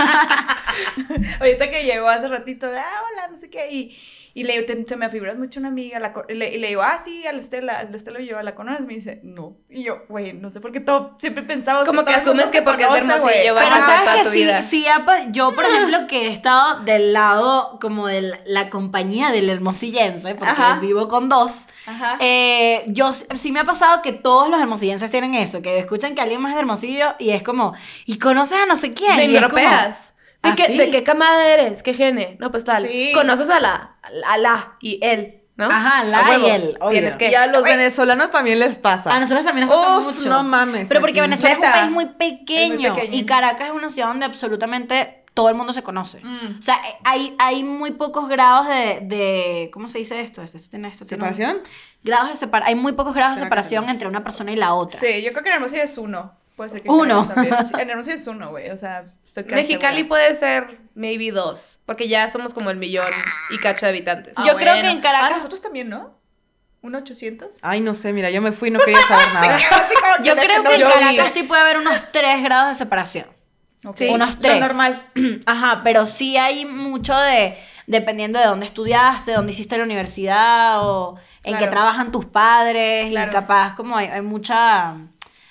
[SPEAKER 2] Ahorita que llegó hace ratito, ah, hola, no sé qué, y, y le digo, te, te me figuras mucho una amiga, la co- y le, y le digo, ah, sí, a la Estela, a la Estela yo, ¿la conoces? Me dice, no, y yo, güey, no sé por qué todo, siempre pensaba
[SPEAKER 1] Como que
[SPEAKER 2] todo el mundo
[SPEAKER 1] asumes
[SPEAKER 2] se
[SPEAKER 1] que porque es de
[SPEAKER 2] conoce, güey.
[SPEAKER 1] Hermosillo, va
[SPEAKER 3] Pero
[SPEAKER 1] Para hacer toda
[SPEAKER 3] sabes
[SPEAKER 1] tu
[SPEAKER 3] que sí,
[SPEAKER 1] vida.
[SPEAKER 3] sí, apa- yo por ejemplo que he estado del lado como de la, la compañía del hermosillense, porque
[SPEAKER 2] Ajá.
[SPEAKER 3] vivo con dos,
[SPEAKER 2] Ajá.
[SPEAKER 3] eh, yo s- sí me ha pasado que todos los hermosillenses tienen eso, que escuchan que alguien más es de Hermosillo y es como, y conoces a no sé quién.
[SPEAKER 1] De
[SPEAKER 3] y es como-
[SPEAKER 1] europeas.
[SPEAKER 3] ¿Ah,
[SPEAKER 1] ¿De, qué,
[SPEAKER 3] sí?
[SPEAKER 1] ¿De qué camada eres? ¿Qué gene? No, pues tal.
[SPEAKER 2] Sí.
[SPEAKER 1] Conoces a la, a la y él, ¿no?
[SPEAKER 3] Ajá, la
[SPEAKER 1] A huevo.
[SPEAKER 3] y él, obvio.
[SPEAKER 1] Tienes que.
[SPEAKER 4] Y a los venezolanos también les pasa.
[SPEAKER 3] A nosotros también nos pasa
[SPEAKER 4] Uf,
[SPEAKER 3] mucho.
[SPEAKER 4] no mames,
[SPEAKER 3] Pero porque
[SPEAKER 4] aquí.
[SPEAKER 3] Venezuela es
[SPEAKER 2] Neta.
[SPEAKER 3] un país muy pequeño,
[SPEAKER 2] Es muy pequeño.
[SPEAKER 3] y Caracas es una ciudad donde absolutamente todo el mundo se conoce.
[SPEAKER 2] Mm.
[SPEAKER 3] O sea, eh, hay, hay muy pocos grados de, de- ¿Cómo se dice esto? Esto, esto tiene esto. tiene un-
[SPEAKER 4] ¿Separación?
[SPEAKER 3] grados de separa- Hay muy pocos grados de separación entre una persona y la otra.
[SPEAKER 2] Sí, yo creo que en Hermosillo es uno. Puede ser que
[SPEAKER 9] Uno.
[SPEAKER 2] en Hermosillo también. En Hermosillo es uno, güey. O sea, estoy casi
[SPEAKER 1] Mexicali
[SPEAKER 2] segura.
[SPEAKER 1] puede ser maybe dos, porque ya somos como el millón y cacho de habitantes.
[SPEAKER 2] Ah,
[SPEAKER 3] Yo creo
[SPEAKER 2] bueno.
[SPEAKER 3] que en Caracas-
[SPEAKER 2] Ah, nosotros también, ¿no? ¿Un 800?
[SPEAKER 4] Ay, no sé, mira, yo me fui y no quería *laughs* saber nada.
[SPEAKER 3] Yo creo que en
[SPEAKER 4] Ah. yo-
[SPEAKER 3] Caracas sí puede haber unos 3 grados de separación.
[SPEAKER 2] Sí,
[SPEAKER 3] unos
[SPEAKER 2] lo
[SPEAKER 3] tres.
[SPEAKER 2] normal.
[SPEAKER 3] *clears throat* Ajá, pero sí hay mucho de, dependiendo de dónde estudiaste, dónde hiciste la universidad o en qué
[SPEAKER 2] Claro.
[SPEAKER 3] trabajan tus padres
[SPEAKER 2] Claro.
[SPEAKER 3] y capaz como hay, hay mucha,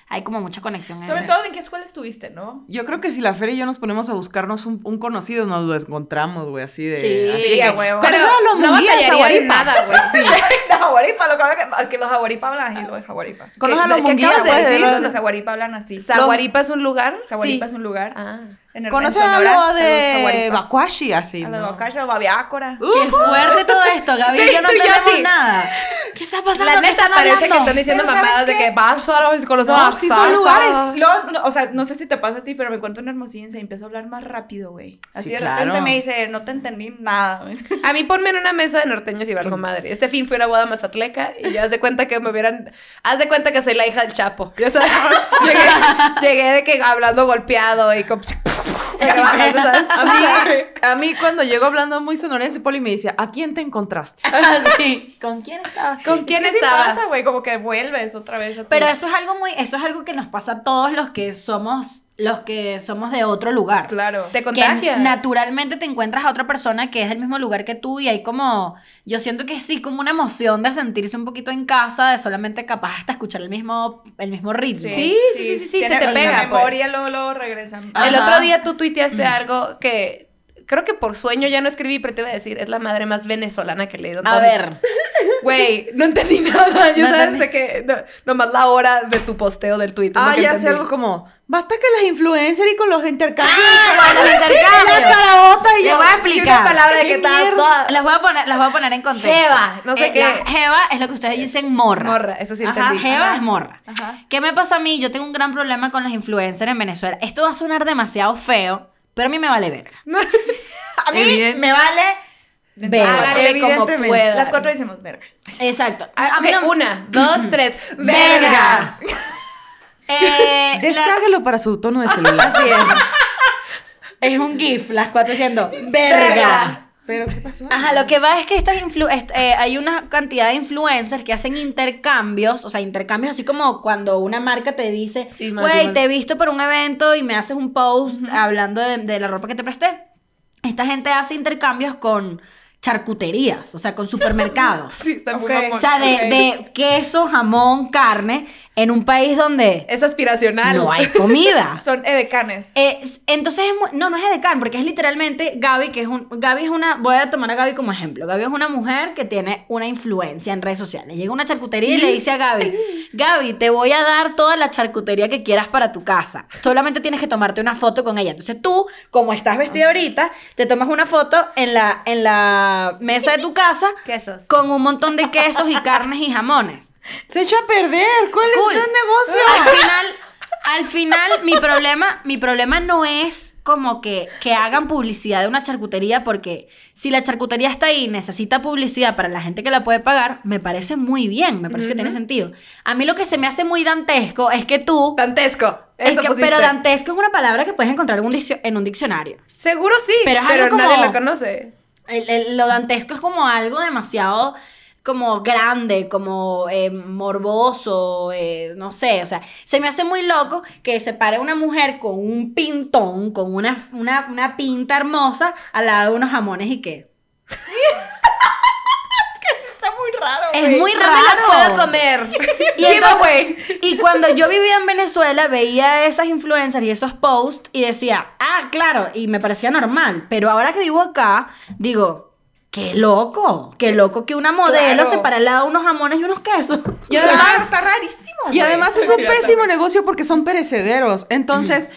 [SPEAKER 3] hay como mucha conexión. en
[SPEAKER 2] Sobre
[SPEAKER 3] eso.
[SPEAKER 2] todo en qué escuela estuviste, ¿no?
[SPEAKER 4] Yo creo que si la Fer y yo nos ponemos a buscarnos un, un conocido, nos lo encontramos, güey, así de.
[SPEAKER 9] Sí,
[SPEAKER 4] así de
[SPEAKER 2] a
[SPEAKER 4] que,
[SPEAKER 2] huevo.
[SPEAKER 4] "¿Cuál es la
[SPEAKER 1] no
[SPEAKER 4] lomunguía de
[SPEAKER 1] batallaría en
[SPEAKER 4] Zaguaripa?"
[SPEAKER 1] nada,
[SPEAKER 4] *laughs*
[SPEAKER 1] güey.
[SPEAKER 2] *laughs* de Jaguaripa, lo que hablan, que los Jaguaripa hablan así, los de
[SPEAKER 1] Ah.
[SPEAKER 2] Jaguaripa.
[SPEAKER 4] Conoce a
[SPEAKER 1] ¿Qué- qué
[SPEAKER 4] Lomunguía,
[SPEAKER 1] acabas pues, de
[SPEAKER 4] güey, de
[SPEAKER 1] decir?
[SPEAKER 4] los-
[SPEAKER 2] Los de Zaguaripa hablan así.
[SPEAKER 1] ¿Zaguaripa es un lugar?
[SPEAKER 2] Zaguaripa
[SPEAKER 1] Sí.
[SPEAKER 2] es un lugar.
[SPEAKER 1] Ah.
[SPEAKER 2] En el-
[SPEAKER 4] Conoce
[SPEAKER 2] en
[SPEAKER 4] a
[SPEAKER 2] Sonora,
[SPEAKER 4] lo
[SPEAKER 2] saludos,
[SPEAKER 4] de
[SPEAKER 2] Zaguaripa.
[SPEAKER 4] Bacuashi, así.
[SPEAKER 2] A
[SPEAKER 4] ¿no?
[SPEAKER 2] los Bacacha, Babiácora.
[SPEAKER 9] Qué fuerte todo esto, Gaby. Yo no
[SPEAKER 1] Tú y yo
[SPEAKER 9] tenemos
[SPEAKER 1] así.
[SPEAKER 9] nada. ¿Qué está pasando?
[SPEAKER 1] La
[SPEAKER 9] ¿Qué
[SPEAKER 1] neta
[SPEAKER 9] están
[SPEAKER 1] parece que
[SPEAKER 9] hablando?
[SPEAKER 3] *laughs*
[SPEAKER 1] están diciendo
[SPEAKER 2] Pero
[SPEAKER 1] mamadas
[SPEAKER 2] ¿sabes
[SPEAKER 1] de
[SPEAKER 2] qué?
[SPEAKER 1] que Barcelona con los
[SPEAKER 4] No, sí son
[SPEAKER 1] Barcelona.
[SPEAKER 4] lugares.
[SPEAKER 2] Luego, Ah, no, o sea, no sé si te pasa a ti, pero me cuento un hermosillense y empiezo a hablar más rápido, güey. Así
[SPEAKER 4] Sí,
[SPEAKER 2] de
[SPEAKER 4] claro.
[SPEAKER 2] repente me dice, no te entendí nada,
[SPEAKER 1] *laughs*
[SPEAKER 2] güey. *laughs*
[SPEAKER 1] A mí ponme en una mesa de norteños y valgo madre. Este fin fui a una boda mazatleca y ya haz de cuenta que me hubieran... Haz de cuenta que soy la hija del Chapo. Ya
[SPEAKER 4] *laughs*
[SPEAKER 1] sabes. llegué, llegué de que hablando golpeado y como... ¿sabes?
[SPEAKER 4] A mí, a mí cuando llego hablando muy sonorense, Poli me dice, ¿a quién te encontraste?
[SPEAKER 3] Ah, Sí. ¿Con quién estabas?
[SPEAKER 1] ¿Con quién
[SPEAKER 2] ¿Qué sí
[SPEAKER 1] estabas?
[SPEAKER 2] pasa, güey? Como que vuelves otra vez a tu-
[SPEAKER 3] Pero eso es algo muy, eso es algo que nos pasa a todos los que somos, los que somos de otro lugar.
[SPEAKER 2] Claro.
[SPEAKER 1] Te
[SPEAKER 3] que
[SPEAKER 1] contagias.
[SPEAKER 3] naturalmente te encuentras a otra persona que es del mismo lugar que tú y hay como, yo siento que sí, como una emoción de sentirse un poquito en casa, de solamente capaz hasta escuchar el mismo, el mismo ritmo.
[SPEAKER 1] Sí, sí, sí, sí, sí, se
[SPEAKER 2] Tiene-
[SPEAKER 1] te
[SPEAKER 2] la
[SPEAKER 1] pega,
[SPEAKER 2] memoria
[SPEAKER 1] pues.
[SPEAKER 2] luego, luego regresan.
[SPEAKER 3] Ah.
[SPEAKER 1] El
[SPEAKER 3] Ajá.
[SPEAKER 1] otro día tú tuiteaste algo que creo que por sueño ya no escribí, pero te iba a decir, es la madre más venezolana que he leído. en
[SPEAKER 3] A
[SPEAKER 1] todo mi-
[SPEAKER 3] ver,
[SPEAKER 1] Güey, *laughs* no entendí nada. Yo
[SPEAKER 3] No
[SPEAKER 1] sabes
[SPEAKER 3] entendí.
[SPEAKER 1] de que no- nomás la hora de tu posteo del Twitter.
[SPEAKER 4] Ah,
[SPEAKER 1] nunca
[SPEAKER 4] ya
[SPEAKER 1] entendí.
[SPEAKER 4] sé algo como, basta que las influencers y con los intercambios.
[SPEAKER 1] Ah,
[SPEAKER 3] *laughs* con los intercambios.
[SPEAKER 4] Una para otra y
[SPEAKER 3] Les
[SPEAKER 4] yo,
[SPEAKER 3] voy a
[SPEAKER 4] y
[SPEAKER 3] explicar.
[SPEAKER 4] Una palabra de que
[SPEAKER 1] ¿Qué
[SPEAKER 4] estaba
[SPEAKER 1] mierda?
[SPEAKER 4] toda...
[SPEAKER 3] las voy a poner, las voy a poner en contexto. Eh,
[SPEAKER 1] Jeva, no sé qué.
[SPEAKER 3] la jeva es lo que ustedes dicen morra.
[SPEAKER 1] Morra, eso sí
[SPEAKER 2] Ajá.
[SPEAKER 1] entendí.
[SPEAKER 3] Jeva es morra.
[SPEAKER 2] Ajá.
[SPEAKER 3] ¿Qué me pasa a mí? Yo tengo un gran problema con los influencers en Venezuela. Esto va a sonar demasiado feo, pero a mí me vale verga.
[SPEAKER 2] A mí
[SPEAKER 4] Evidente.
[SPEAKER 2] me vale.
[SPEAKER 3] Verga.
[SPEAKER 1] Háganle como
[SPEAKER 4] Evidentemente.
[SPEAKER 1] pueda.
[SPEAKER 2] Las cuatro decimos, verga.
[SPEAKER 3] Exacto.
[SPEAKER 1] Ah,
[SPEAKER 3] A
[SPEAKER 1] ok,
[SPEAKER 3] mí no-
[SPEAKER 1] una,
[SPEAKER 3] *clears throat*
[SPEAKER 1] dos, tres. ¡Verga!
[SPEAKER 4] Verga.
[SPEAKER 1] *laughs*
[SPEAKER 3] Eh, la-
[SPEAKER 4] Descárgalo para su tono de celular.
[SPEAKER 9] Así es.
[SPEAKER 3] Es un GIF, las cuatro diciendo.
[SPEAKER 9] Verga.
[SPEAKER 4] Pero, ¿qué pasó?
[SPEAKER 3] Ajá, lo que va es que estas influ- est- eh, hay una cantidad de influencers que hacen intercambios, o sea, intercambios así como cuando una marca te dice,
[SPEAKER 1] Sí, man, sí,
[SPEAKER 3] güey,
[SPEAKER 1] man.
[SPEAKER 3] te he visto por un evento y me haces un post hablando de, de la ropa que te presté. Esta gente hace intercambios con charcuterías, o sea, con
[SPEAKER 1] *laughs*
[SPEAKER 3] supermercados.
[SPEAKER 1] Sí, está muy
[SPEAKER 2] Ok.
[SPEAKER 1] mamón.
[SPEAKER 3] O sea, de, de queso, jamón, carne, en un país donde
[SPEAKER 1] Es aspiracional.
[SPEAKER 3] no
[SPEAKER 1] *laughs*
[SPEAKER 3] hay comida.
[SPEAKER 2] Son edecanes.
[SPEAKER 3] Es- entonces, es mu- no, no es edecán, porque es literalmente Gaby, que es un, Gaby es una, voy a tomar a Gaby como ejemplo. Gaby es una mujer que tiene una influencia en redes sociales. Llega a una charcutería y le dice a Gaby, Gaby, te voy a dar toda la charcutería que quieras para tu casa. Solamente tienes que tomarte una foto con ella. Entonces tú, como estás vestida ahorita, te tomas una foto en la, en la mesa de tu casa
[SPEAKER 1] Quesos.
[SPEAKER 3] con un montón de quesos y carnes y jamones.
[SPEAKER 4] Se echó a perder. ¿Cuál
[SPEAKER 3] Cool.
[SPEAKER 4] es el negocio?
[SPEAKER 3] Al final, al final mi problema, mi problema no es como que, que hagan publicidad de una charcutería, porque si la charcutería está ahí y necesita publicidad para la gente que la puede pagar, me parece muy bien, me parece que tiene sentido. A mí lo que se me hace muy dantesco es que tú...
[SPEAKER 1] Dantesco.
[SPEAKER 3] es
[SPEAKER 1] Eso
[SPEAKER 3] que-
[SPEAKER 1] pusiste.
[SPEAKER 3] pero dantesco es una palabra que puedes encontrar en un, diccio- en un diccionario.
[SPEAKER 1] Seguro sí,
[SPEAKER 3] Pero
[SPEAKER 1] pero,
[SPEAKER 3] es algo como-
[SPEAKER 1] nadie lo conoce.
[SPEAKER 3] El- el- lo dantesco es como algo demasiado como grande, como eh, morboso, eh, no sé, o sea, se me hace muy loco que se pare una mujer con un pintón, con una, una, una pinta hermosa al lado de unos jamones y qué.
[SPEAKER 2] Está muy raro,
[SPEAKER 3] Es
[SPEAKER 2] güey.
[SPEAKER 3] muy
[SPEAKER 1] No me las
[SPEAKER 3] raro.
[SPEAKER 1] puedo comer.
[SPEAKER 3] Y
[SPEAKER 1] Giveaway.
[SPEAKER 3] entonces- Y cuando yo vivía en Venezuela, veía esas influencers y esos posts y decía, ah, claro, y me parecía normal. Pero ahora que vivo acá, digo, qué loco, qué loco que una modelo
[SPEAKER 2] Claro.
[SPEAKER 3] se para al lado de unos jamones y unos quesos. *laughs*
[SPEAKER 4] Y
[SPEAKER 2] Claro,
[SPEAKER 4] además,
[SPEAKER 2] está rarísimo.
[SPEAKER 4] y
[SPEAKER 2] güey.
[SPEAKER 4] además es un pésimo negocio porque son perecederos. Entonces,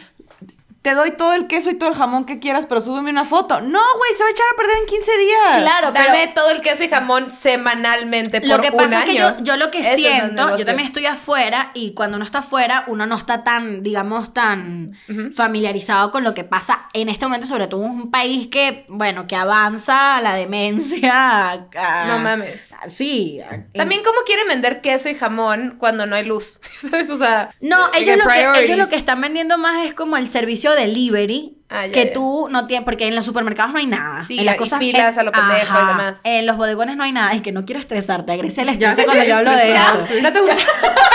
[SPEAKER 4] te doy todo el queso y todo el jamón que quieras, pero súbeme una foto. No, güey, se va a echar a perder en 15
[SPEAKER 3] *laughs*
[SPEAKER 4] días.
[SPEAKER 3] Claro, pero
[SPEAKER 1] Dame todo el queso y jamón semanalmente por
[SPEAKER 3] lo que
[SPEAKER 1] un
[SPEAKER 3] pasa es que
[SPEAKER 1] año.
[SPEAKER 3] yo, yo lo que
[SPEAKER 1] Eso es más
[SPEAKER 3] siento, yo
[SPEAKER 1] negocio.
[SPEAKER 3] también estoy afuera y cuando uno está afuera, uno no está tan, digamos, tan familiarizado con lo que pasa en este momento, sobre todo en un país que, bueno, que avanza a la demencia. a- a-
[SPEAKER 1] No mames.
[SPEAKER 3] Ah. Sí. a-
[SPEAKER 1] También cómo quieren vender queso y jamón cuando no hay luz. *laughs* ¿Sabes? O sea,
[SPEAKER 3] No,
[SPEAKER 1] like
[SPEAKER 3] ellos
[SPEAKER 1] a
[SPEAKER 3] lo, que, ellos
[SPEAKER 1] priorities.
[SPEAKER 3] lo que están vendiendo más es como el servicio delivery.
[SPEAKER 1] Ah, ya,
[SPEAKER 3] que
[SPEAKER 1] ya.
[SPEAKER 3] tú no tienes, porque en los supermercados no hay nada.
[SPEAKER 1] Sí,
[SPEAKER 3] en las
[SPEAKER 1] y
[SPEAKER 3] cosas
[SPEAKER 1] filas
[SPEAKER 3] en-
[SPEAKER 1] a lo pendejo y
[SPEAKER 3] ajá,
[SPEAKER 1] demás.
[SPEAKER 3] En los bodegones no hay nada. Es que no quiero estresarte. Agresé la estresa cuando yo hablo de esto.
[SPEAKER 1] ¿No te gusta? *laughs*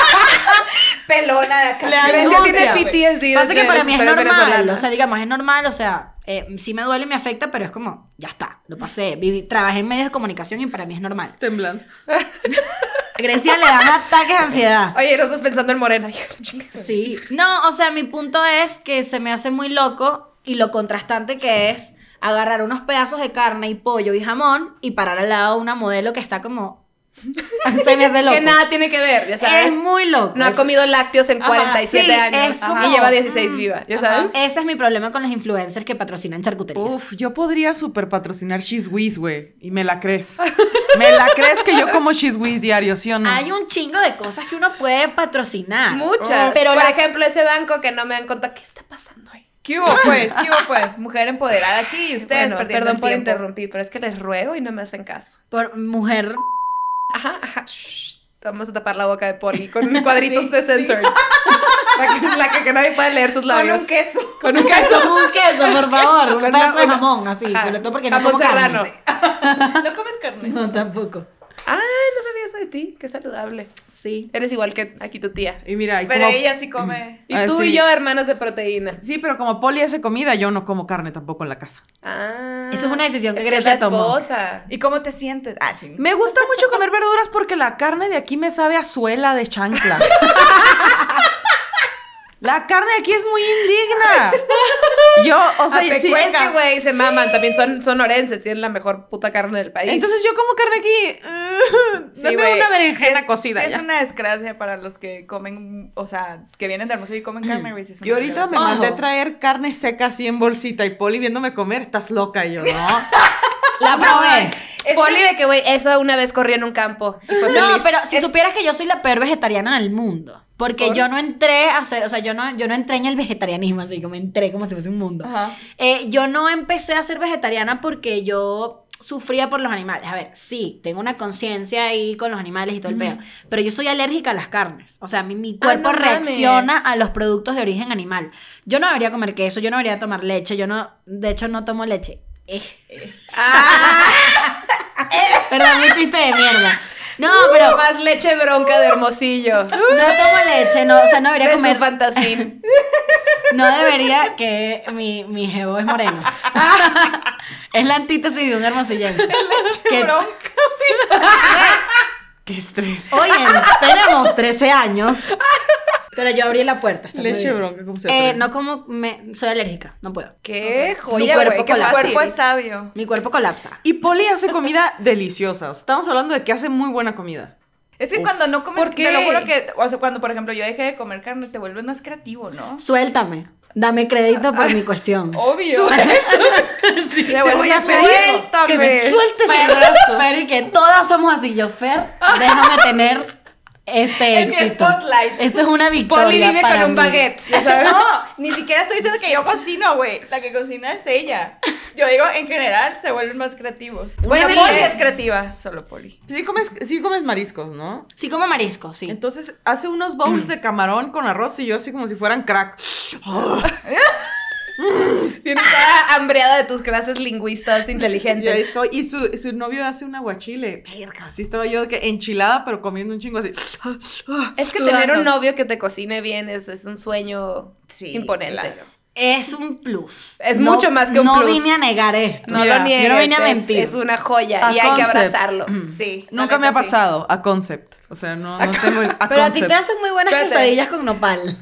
[SPEAKER 2] Pelona de acá.
[SPEAKER 1] Grecia tiene
[SPEAKER 3] angustia, güey.
[SPEAKER 1] PTSD.
[SPEAKER 3] Pasa que
[SPEAKER 1] desde
[SPEAKER 3] para
[SPEAKER 1] las
[SPEAKER 3] mí es
[SPEAKER 1] historias
[SPEAKER 3] normal, o
[SPEAKER 1] venezolanas.
[SPEAKER 3] sea, digamos, es normal, o sea, eh, sí me duele y me afecta, pero es como, ya está, lo pasé, viví, trabajé en medios de comunicación y para mí es normal.
[SPEAKER 4] Temblando.
[SPEAKER 3] A Grecia le dan ataques de ansiedad.
[SPEAKER 1] Oye, nosotros pensando en morena. *laughs* hijo de la chingada.
[SPEAKER 3] Sí. No, o sea, mi punto es que se me hace muy loco y lo contrastante que es agarrar unos pedazos de carne y pollo y jamón y parar al lado de una modelo que está como... *laughs* se me hace loco.
[SPEAKER 1] Que nada tiene que ver, ya sabes.
[SPEAKER 3] Es muy loco.
[SPEAKER 1] No ha
[SPEAKER 3] Es-
[SPEAKER 1] comido lácteos en
[SPEAKER 3] Ajá,
[SPEAKER 1] 47
[SPEAKER 3] sí,
[SPEAKER 1] años
[SPEAKER 3] es como-
[SPEAKER 1] y lleva 16 viva, ya sabes.
[SPEAKER 3] ¿Ah? Ese es mi problema con los influencers que patrocinan charcuterías.
[SPEAKER 4] Uf, yo podría super patrocinar She's Whiz, güey. Y me la crees. me la crees que yo como She's Whiz diario, ¿sí o no?
[SPEAKER 3] Hay un chingo de cosas que uno puede patrocinar. Oh.
[SPEAKER 1] Muchas.
[SPEAKER 3] Pero
[SPEAKER 1] Por
[SPEAKER 3] la-
[SPEAKER 1] ejemplo, ese banco que no me han contado. ¿Qué está pasando ahí?
[SPEAKER 2] ¿Qué hubo pues? ¿Qué hubo pues? Mujer empoderada aquí y ustedes
[SPEAKER 1] Bueno,
[SPEAKER 2] perdiendo
[SPEAKER 1] perdón
[SPEAKER 2] el
[SPEAKER 1] por
[SPEAKER 2] tiempo.
[SPEAKER 1] interrumpir, pero es que les ruego y no me hacen caso. *laughs*
[SPEAKER 3] por mujer.
[SPEAKER 1] Ajá, ajá. shh, Vamos a tapar la boca de Poli con cuadritos de censor. La, que, la que- que nadie puede leer sus
[SPEAKER 2] Con
[SPEAKER 1] labios.
[SPEAKER 2] un queso.
[SPEAKER 1] Con un queso.
[SPEAKER 3] un queso, por favor.
[SPEAKER 1] Con
[SPEAKER 3] Un pedazo de
[SPEAKER 1] una-
[SPEAKER 3] jamón, así.
[SPEAKER 1] Ajá,
[SPEAKER 3] Sobre todo porque no
[SPEAKER 1] jamón
[SPEAKER 3] como carne.
[SPEAKER 1] serrano.
[SPEAKER 2] *laughs* ¿No comes carne?
[SPEAKER 3] No, tampoco.
[SPEAKER 1] Ay, no sabía eso de ti. Qué saludable. Sí. Eres igual que aquí tu tía.
[SPEAKER 4] Y mira, y
[SPEAKER 2] Pero
[SPEAKER 4] como-
[SPEAKER 2] ella sí come.
[SPEAKER 1] Y
[SPEAKER 4] Ah,
[SPEAKER 1] tú
[SPEAKER 4] sí.
[SPEAKER 1] y yo, hermanas de proteína.
[SPEAKER 4] Sí, pero como Poli hace comida, yo no como carne tampoco en la casa.
[SPEAKER 1] Ah.
[SPEAKER 3] Eso es una decisión que
[SPEAKER 1] es que es
[SPEAKER 3] Grecia
[SPEAKER 1] la
[SPEAKER 3] tomó.
[SPEAKER 1] esposa.
[SPEAKER 2] ¿Y cómo te sientes? Ah, sí.
[SPEAKER 4] Me gusta mucho comer verduras porque la carne de aquí me sabe a suela de chancla. La carne de aquí es muy indigna. Yo, o sea, sí-
[SPEAKER 1] es Pues que, güey, se maman. También son, son orenses. Tienen la mejor puta carne del país.
[SPEAKER 4] Entonces yo como carne aquí. mm,
[SPEAKER 2] Sí,
[SPEAKER 4] dame
[SPEAKER 2] güey.
[SPEAKER 4] una
[SPEAKER 2] Sí
[SPEAKER 4] berenjena
[SPEAKER 2] es-
[SPEAKER 4] cocida.
[SPEAKER 2] sí
[SPEAKER 4] ya.
[SPEAKER 2] es una desgracia para los que comen, o sea, que vienen de Hermosillo y comen carne, güey. sí es una
[SPEAKER 4] Yo ahorita me
[SPEAKER 2] desgracia.
[SPEAKER 3] Ojo.
[SPEAKER 4] mandé a traer carne seca así en bolsita y Poli viéndome comer, estás loca y yo, *laughs* ¿no?
[SPEAKER 3] La probé.
[SPEAKER 2] Es
[SPEAKER 1] Poli
[SPEAKER 2] que-
[SPEAKER 1] de que, güey, esa una vez corrió en un campo. Y fue
[SPEAKER 3] No,
[SPEAKER 1] feliz.
[SPEAKER 3] pero si supieras que yo soy la peor vegetariana del mundo. Porque yo no entré a hacer, o sea, yo no, yo no entré en el vegetarianismo, así como entré como si fuese un mundo.
[SPEAKER 2] Ajá.
[SPEAKER 3] Eh, yo no empecé a ser vegetariana porque yo sufría por los animales. A ver, sí, tengo una conciencia ahí con los animales y todo el pedo. Pero yo soy alérgica a las carnes. O sea, mi, mi cuerpo
[SPEAKER 1] Ah, no mames.
[SPEAKER 3] reacciona a los productos de origen animal. Yo no debería comer queso, yo no debería tomar leche, yo no, de hecho no tomo leche. Eh.
[SPEAKER 4] Ah,
[SPEAKER 3] Perdón, mi chiste de mierda.
[SPEAKER 1] *laughs*
[SPEAKER 3] No, pero
[SPEAKER 1] Más leche bronca de *laughs* Hermosillo.
[SPEAKER 3] no tomo leche, no, o sea, no debería
[SPEAKER 1] De su
[SPEAKER 3] comer
[SPEAKER 1] fantasmín.
[SPEAKER 3] No debería que mi, mi jevo
[SPEAKER 1] *laughs*
[SPEAKER 3] es moreno. es la antítesis de
[SPEAKER 1] *laughs*
[SPEAKER 3] un hermosillense. Que-
[SPEAKER 4] Qué estrés.
[SPEAKER 3] Oye, tenemos 13 años. Pero yo abrí la puerta. está muy
[SPEAKER 4] Leche
[SPEAKER 3] bien.
[SPEAKER 4] bronca, ¿cómo se
[SPEAKER 3] Eh,
[SPEAKER 4] atreve?
[SPEAKER 3] no como, me, soy alérgica, no puedo.
[SPEAKER 1] *laughs* Qué
[SPEAKER 3] Mi
[SPEAKER 1] joya,
[SPEAKER 3] cuerpo
[SPEAKER 1] güey. Qué
[SPEAKER 3] colapsa.
[SPEAKER 1] fácil.
[SPEAKER 2] El cuerpo es sabio.
[SPEAKER 3] Mi cuerpo colapsa.
[SPEAKER 4] Y Poli hace comida *laughs* deliciosa. O sea, Estamos hablando de que hace muy buena comida.
[SPEAKER 2] Es que cuando no comes,
[SPEAKER 1] ¿Por qué?
[SPEAKER 2] te lo juro que, o sea, cuando por ejemplo yo dejé de comer carne, te vuelves más creativo, ¿no?
[SPEAKER 3] Suéltame. Dame crédito por mi cuestión.
[SPEAKER 1] *laughs*
[SPEAKER 2] Obvio. sí, *laughs* te vuelves
[SPEAKER 1] voy a
[SPEAKER 2] más
[SPEAKER 1] pedir.
[SPEAKER 2] creativo.
[SPEAKER 1] Suéltame.
[SPEAKER 3] Que me sueltes el brazo. Fer, y que todas somos así. Yo, Fer, déjame tener
[SPEAKER 1] *laughs*
[SPEAKER 3] este
[SPEAKER 2] En mi
[SPEAKER 3] éxito.
[SPEAKER 2] spotlight.
[SPEAKER 3] Esto es una victoria
[SPEAKER 1] Poli vive
[SPEAKER 3] para
[SPEAKER 1] con un
[SPEAKER 3] mí.
[SPEAKER 1] baguette. Ya sabes.
[SPEAKER 2] No, ni siquiera estoy diciendo que yo cocino, güey. La que cocina es ella. Yo digo, en general, se vuelven más creativos. Bueno,
[SPEAKER 1] sí.
[SPEAKER 2] Poli es creativa, solo Poli.
[SPEAKER 4] Sí comes, sí comes mariscos, ¿no?
[SPEAKER 3] Sí, como marisco, sí.
[SPEAKER 4] Entonces hace *clears throat* unos bowls de camarón con arroz y yo así como si fueran crack.
[SPEAKER 1] Está hambreada de tus clases lingüistas
[SPEAKER 4] *laughs* Y ahí
[SPEAKER 1] inteligentes.
[SPEAKER 4] estoy. Y su, su novio hace un aguachile. Verga. Así estaba yo de que enchilada, pero comiendo un chingo así.
[SPEAKER 1] Es que
[SPEAKER 2] Sudando.
[SPEAKER 1] tener un novio que te cocine bien es, es un sueño imponente.
[SPEAKER 2] claro.
[SPEAKER 3] Es un plus.
[SPEAKER 1] Es mucho más que un
[SPEAKER 3] no
[SPEAKER 1] plus.
[SPEAKER 3] vine a negar esto.
[SPEAKER 1] No
[SPEAKER 4] Mira,
[SPEAKER 1] lo
[SPEAKER 4] yo
[SPEAKER 1] niegues.
[SPEAKER 3] no vine a
[SPEAKER 1] es-
[SPEAKER 3] mentir.
[SPEAKER 1] Es, una joya
[SPEAKER 4] A
[SPEAKER 1] y hay que
[SPEAKER 4] concept.
[SPEAKER 1] abrazarlo.
[SPEAKER 2] Mm. Sí. la
[SPEAKER 4] Mm. Nunca me ha
[SPEAKER 2] neta, sí.
[SPEAKER 4] pasado a concept. O sea, no, no tengo el a
[SPEAKER 3] Pero a ti
[SPEAKER 4] concept.
[SPEAKER 3] te hacen muy buenas
[SPEAKER 1] Espérate.
[SPEAKER 3] quesadillas con nopal.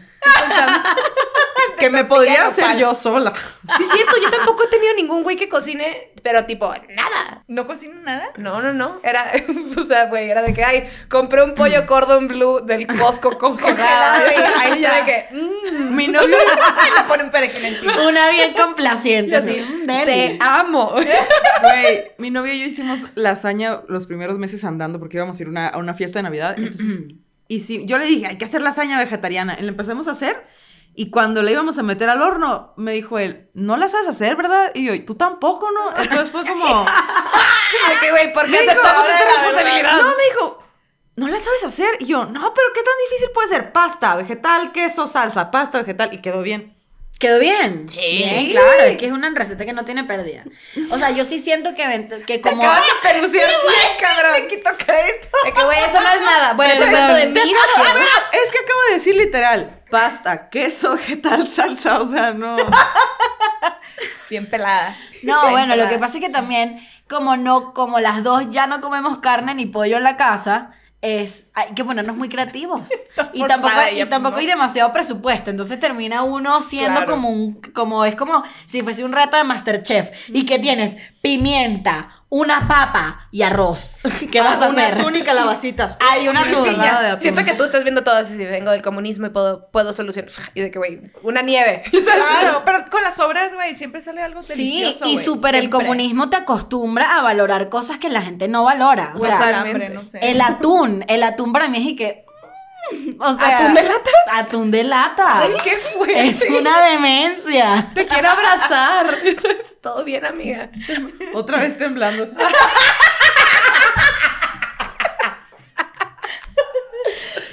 [SPEAKER 4] Que me podría hacer yo sola.
[SPEAKER 1] Sí, es cierto, yo tampoco he tenido ningún güey que cocine Pero tipo, nada.
[SPEAKER 2] ¿No cocino nada? *laughs*
[SPEAKER 1] No, no, no. Era, *laughs* o sea, güey, era de que, ay, compré un pollo cordon bleu del *laughs* Costco congelado.
[SPEAKER 2] Congelado,
[SPEAKER 1] *laughs* y
[SPEAKER 2] ahí
[SPEAKER 1] yo de
[SPEAKER 2] está.
[SPEAKER 1] que, mm,
[SPEAKER 4] Mi novio
[SPEAKER 2] Y le pone un perejil encima.
[SPEAKER 3] Una bien complaciente, así. mm,
[SPEAKER 1] te
[SPEAKER 3] deli.
[SPEAKER 1] amo. *laughs*
[SPEAKER 4] Güey, mi novio y yo hicimos lasaña los primeros meses andando porque íbamos a ir una- a una fiesta de Navidad. Entonces, y sí, yo le dije, hay que hacer lasaña vegetariana. Y la empezamos a hacer. Y cuando la íbamos a meter al horno, me dijo él, no la sabes hacer, ¿verdad? Y yo, tú tampoco, ¿no? Entonces fue como, no,
[SPEAKER 1] De que, güey, ¿por qué aceptamos
[SPEAKER 2] a
[SPEAKER 1] esta
[SPEAKER 2] ver, a ver,
[SPEAKER 1] responsabilidad?
[SPEAKER 4] me dijo, no la sabes hacer. Y yo, no, pero ¿qué tan difícil puede ser? Pasta, vegetal, queso, salsa, pasta, vegetal. Y quedó bien.
[SPEAKER 3] ¿Quedó bien? Sí. Bien, claro. Es que es una receta que no tiene pérdida. O sea, yo sí siento que, ven- que como...
[SPEAKER 1] Acabas de peluciar bien,
[SPEAKER 2] *laughs*
[SPEAKER 1] cabrón.
[SPEAKER 2] Quito crédito.
[SPEAKER 1] De que, güey, eso no es nada. Bueno, *laughs* te
[SPEAKER 4] Perdón.
[SPEAKER 1] cuento de mis
[SPEAKER 4] A ver,
[SPEAKER 1] tiempos.
[SPEAKER 4] es que acabo de decir literal, pasta, queso, vegetal, salsa, o sea, no.
[SPEAKER 2] Bien pelada. *laughs*
[SPEAKER 3] No, bueno, lo que pasa es que también, como no, como las dos ya no comemos carne ni pollo en la casa, es hay que ponernos muy
[SPEAKER 2] *laughs*
[SPEAKER 3] creativos. y
[SPEAKER 2] forzada
[SPEAKER 3] tampoco, y
[SPEAKER 2] ella,
[SPEAKER 3] tampoco
[SPEAKER 2] ¿no?
[SPEAKER 3] hay demasiado presupuesto. Entonces termina uno siendo
[SPEAKER 2] Claro.
[SPEAKER 3] como un, como es como si fuese un reto de Masterchef. Y que tienes pimienta, una papa
[SPEAKER 2] *laughs*
[SPEAKER 3] y arroz. ¿Qué
[SPEAKER 2] Ah,
[SPEAKER 3] vas a
[SPEAKER 4] una
[SPEAKER 3] hacer?
[SPEAKER 4] túnica, lavacitas.
[SPEAKER 3] *laughs* Hay una túnica.
[SPEAKER 4] ensalada de atún.
[SPEAKER 1] Siento que tú estás viendo todo así, vengo del comunismo y puedo, puedo solucionar. *laughs* Y de que, güey, una nieve. *laughs*
[SPEAKER 2] Claro, pero con las obras, güey, siempre sale algo
[SPEAKER 3] Sí,
[SPEAKER 2] delicioso,
[SPEAKER 3] y
[SPEAKER 2] güey,
[SPEAKER 3] súper el
[SPEAKER 2] siempre.
[SPEAKER 3] comunismo te acostumbra a valorar cosas que la gente no valora. O
[SPEAKER 2] O
[SPEAKER 3] sea,
[SPEAKER 2] sea, hambre, no sé. *laughs*
[SPEAKER 3] El atún, el atún para mí es y que. mm, O sea,
[SPEAKER 1] ¿Atún de lata?
[SPEAKER 3] Atún de lata.
[SPEAKER 1] ¿Qué fue?
[SPEAKER 3] Es una demencia.
[SPEAKER 1] Te quiero abrazar. Todo bien, amiga.
[SPEAKER 4] Otra vez temblando.
[SPEAKER 3] *laughs*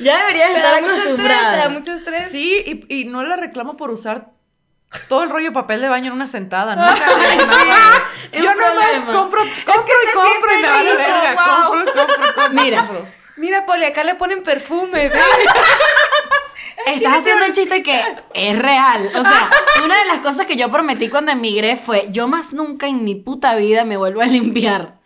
[SPEAKER 3] Ya deberías
[SPEAKER 1] Te da
[SPEAKER 3] estar
[SPEAKER 1] mucho estrés, te da
[SPEAKER 3] acostumbrada.
[SPEAKER 1] mucho estrés.
[SPEAKER 4] Sí, y, y no la reclamo por usar todo el rollo de papel de baño en una sentada. Nunca le hago nada, güey.
[SPEAKER 3] Es
[SPEAKER 4] Yo
[SPEAKER 3] un
[SPEAKER 4] nomás
[SPEAKER 3] problema.
[SPEAKER 4] compro, compro y
[SPEAKER 2] se
[SPEAKER 4] compro y
[SPEAKER 2] siente
[SPEAKER 4] me vale
[SPEAKER 2] rico,
[SPEAKER 4] verga.
[SPEAKER 2] guau.
[SPEAKER 3] *laughs*
[SPEAKER 4] Compro, compro, compro.
[SPEAKER 3] Mira.
[SPEAKER 4] compro.
[SPEAKER 1] Mira, Poli, acá le ponen perfume. *laughs* ve.
[SPEAKER 3] Estás haciendo un chiste que es real. O
[SPEAKER 1] *laughs*
[SPEAKER 3] sea, una de las cosas que yo prometí cuando emigré fue: yo más nunca en mi puta vida me vuelvo a limpiar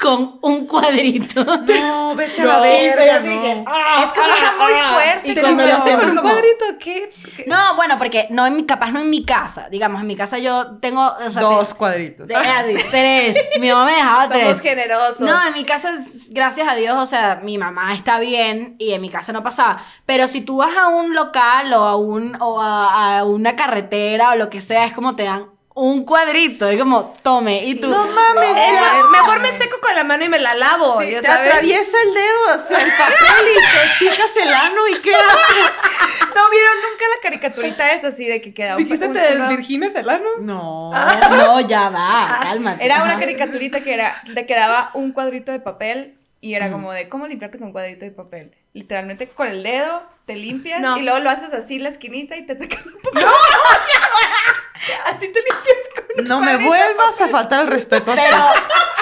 [SPEAKER 3] con
[SPEAKER 1] *laughs*
[SPEAKER 3] un cuadrito.
[SPEAKER 4] No, vete a la
[SPEAKER 3] No,
[SPEAKER 4] verga,
[SPEAKER 3] y así
[SPEAKER 4] no.
[SPEAKER 3] que,
[SPEAKER 2] Es que eso está
[SPEAKER 1] Ah,
[SPEAKER 2] muy fuerte.
[SPEAKER 3] Y
[SPEAKER 1] ¿Te
[SPEAKER 3] cuando lo
[SPEAKER 1] limpiaste
[SPEAKER 3] sé
[SPEAKER 1] con un
[SPEAKER 3] como-
[SPEAKER 1] cuadrito? ¿Qué? ¿Qué?
[SPEAKER 3] No, bueno, porque no en mi, capaz no en mi casa. Digamos, en mi casa yo tengo. o sea,
[SPEAKER 4] Dos cuadritos.
[SPEAKER 3] Te- así, tres. Mi mamá me dejaba
[SPEAKER 1] Somos
[SPEAKER 3] tres.
[SPEAKER 1] generosos.
[SPEAKER 3] No, en mi casa, es- gracias a Dios, o sea, mi mamá está bien y en mi casa no pasaba. Pero si tú vas a un local o a, un, o a, a una carretera o lo que sea, es como te dan un cuadrito. Es como, tome. Y tú. No mames.
[SPEAKER 1] Eso, mejor me seco con la mano y me la lavo,
[SPEAKER 4] Te
[SPEAKER 1] ya sabes.
[SPEAKER 4] atraviesa el dedo hacia el papel y te picas el ano y ¿qué haces?
[SPEAKER 2] No vieron nunca la caricaturita esa así de que queda
[SPEAKER 3] pues,
[SPEAKER 2] un-
[SPEAKER 10] ¿Dijiste
[SPEAKER 2] un-
[SPEAKER 10] te
[SPEAKER 2] una-
[SPEAKER 10] desvirgines el ano?
[SPEAKER 4] No.
[SPEAKER 3] No, ya
[SPEAKER 1] Ah,
[SPEAKER 3] va, cálmate.
[SPEAKER 2] Ah, Era una
[SPEAKER 3] Ajá.
[SPEAKER 2] caricaturita que era, le quedaba un cuadrito de papel y era como de cómo limpiarte con un cuadrito de papel. Literalmente con el dedo te limpias
[SPEAKER 1] No.
[SPEAKER 2] y luego lo haces así en la esquinita y te sacas un papel. así te limpias con un
[SPEAKER 4] No me
[SPEAKER 2] cuadrito.
[SPEAKER 4] vuelvas a faltar el respeto. así.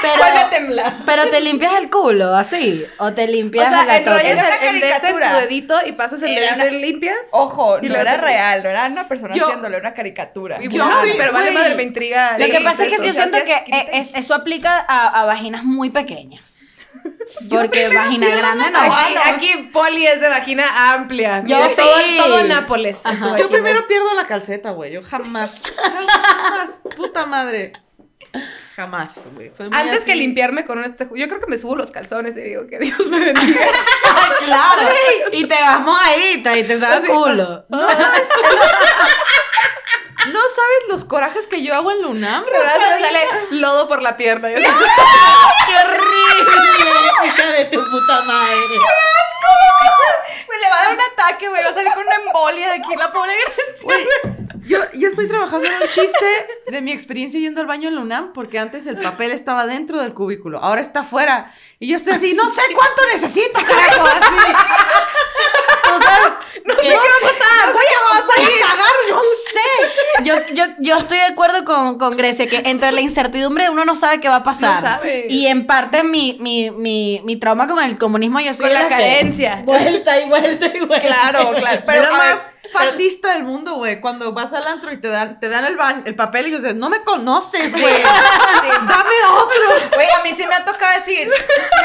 [SPEAKER 3] Pero,
[SPEAKER 2] Vuelve a
[SPEAKER 3] pero,
[SPEAKER 2] temblar.
[SPEAKER 3] pero te limpias el culo, así. O te
[SPEAKER 1] O
[SPEAKER 3] limpias
[SPEAKER 1] sea,
[SPEAKER 3] la
[SPEAKER 1] enrollas
[SPEAKER 3] tópica.
[SPEAKER 1] el, el de este en tu
[SPEAKER 2] caricatura.
[SPEAKER 1] dedito y pasas el
[SPEAKER 2] Era
[SPEAKER 1] dedito y limpias.
[SPEAKER 2] Ojo,
[SPEAKER 1] Y
[SPEAKER 2] no
[SPEAKER 1] luego
[SPEAKER 2] era
[SPEAKER 1] te-
[SPEAKER 2] real, no era una persona
[SPEAKER 4] Yo-
[SPEAKER 2] haciéndole una caricatura.
[SPEAKER 4] Y
[SPEAKER 1] Yo,
[SPEAKER 4] Claro.
[SPEAKER 1] pero vale
[SPEAKER 4] Güey.
[SPEAKER 1] madre, me intriga.
[SPEAKER 3] Lo
[SPEAKER 1] Ah, Sí,
[SPEAKER 3] que pasa es que
[SPEAKER 1] eso.
[SPEAKER 3] yo siento
[SPEAKER 2] Gracias,
[SPEAKER 3] que
[SPEAKER 2] quinta
[SPEAKER 3] e- es- eso aplica a, a vaginas
[SPEAKER 1] *laughs*
[SPEAKER 3] muy pequeñas. Porque vagina grande no.
[SPEAKER 1] Aquí, aquí Poli es de vagina amplia.
[SPEAKER 3] Yo
[SPEAKER 1] Yo todo,
[SPEAKER 3] sí.
[SPEAKER 1] todo Nápoles. es su
[SPEAKER 3] Ajá. Yo
[SPEAKER 1] vagina.
[SPEAKER 4] Yo primero pierdo la calceta, güey. Yo jamás. Jamás. Puta madre. Jamás, güey. Soy muy
[SPEAKER 1] Antes que
[SPEAKER 4] así.
[SPEAKER 1] limpiarme con un espejo, yo creo que me subo los calzones y digo que Dios me bendiga. *laughs*
[SPEAKER 3] claro. Y te vas mojadita y te sale culo.
[SPEAKER 4] No sabes los corajes que yo hago en la UNAM.
[SPEAKER 1] Pero ahora se me sale lodo por la pierna. ya sabes.
[SPEAKER 3] ¡Qué horrible! Hija de tu puta madre.
[SPEAKER 2] Me le va a dar un ataque, güey. Va a salir con una embolia de aquí, la pobre Grecia.
[SPEAKER 4] *laughs* Güey, yo, yo estoy trabajando en un chiste de mi experiencia yendo al baño en la UNAM porque antes el papel estaba dentro del cubículo, ahora está afuera. Y yo estoy así, no sé cuánto necesito, carajo, así.
[SPEAKER 3] Tú
[SPEAKER 4] *laughs*
[SPEAKER 3] sabes que-
[SPEAKER 4] Voy a, voy a cagar, no sé.
[SPEAKER 3] Yo, yo, yo estoy de acuerdo con, con Grecia, que entre la incertidumbre uno no sabe qué va a pasar.
[SPEAKER 1] No sabe.
[SPEAKER 3] Y en parte mi, mi, mi, mi trauma con el comunismo, yo
[SPEAKER 1] Con
[SPEAKER 3] soy de
[SPEAKER 1] la
[SPEAKER 3] las que-
[SPEAKER 1] carencia.
[SPEAKER 3] Vuelta y vuelta y vuelta.
[SPEAKER 2] Claro, claro. Pero
[SPEAKER 4] Pero lo
[SPEAKER 2] a ver,
[SPEAKER 4] más fascista del mundo, güey, cuando vas al antro y te dan, te dan el, ba- el papel y dices, no me conoces, *laughs* güey. Dame otro.
[SPEAKER 2] güey, a mí sí me ha tocado decir, ¿me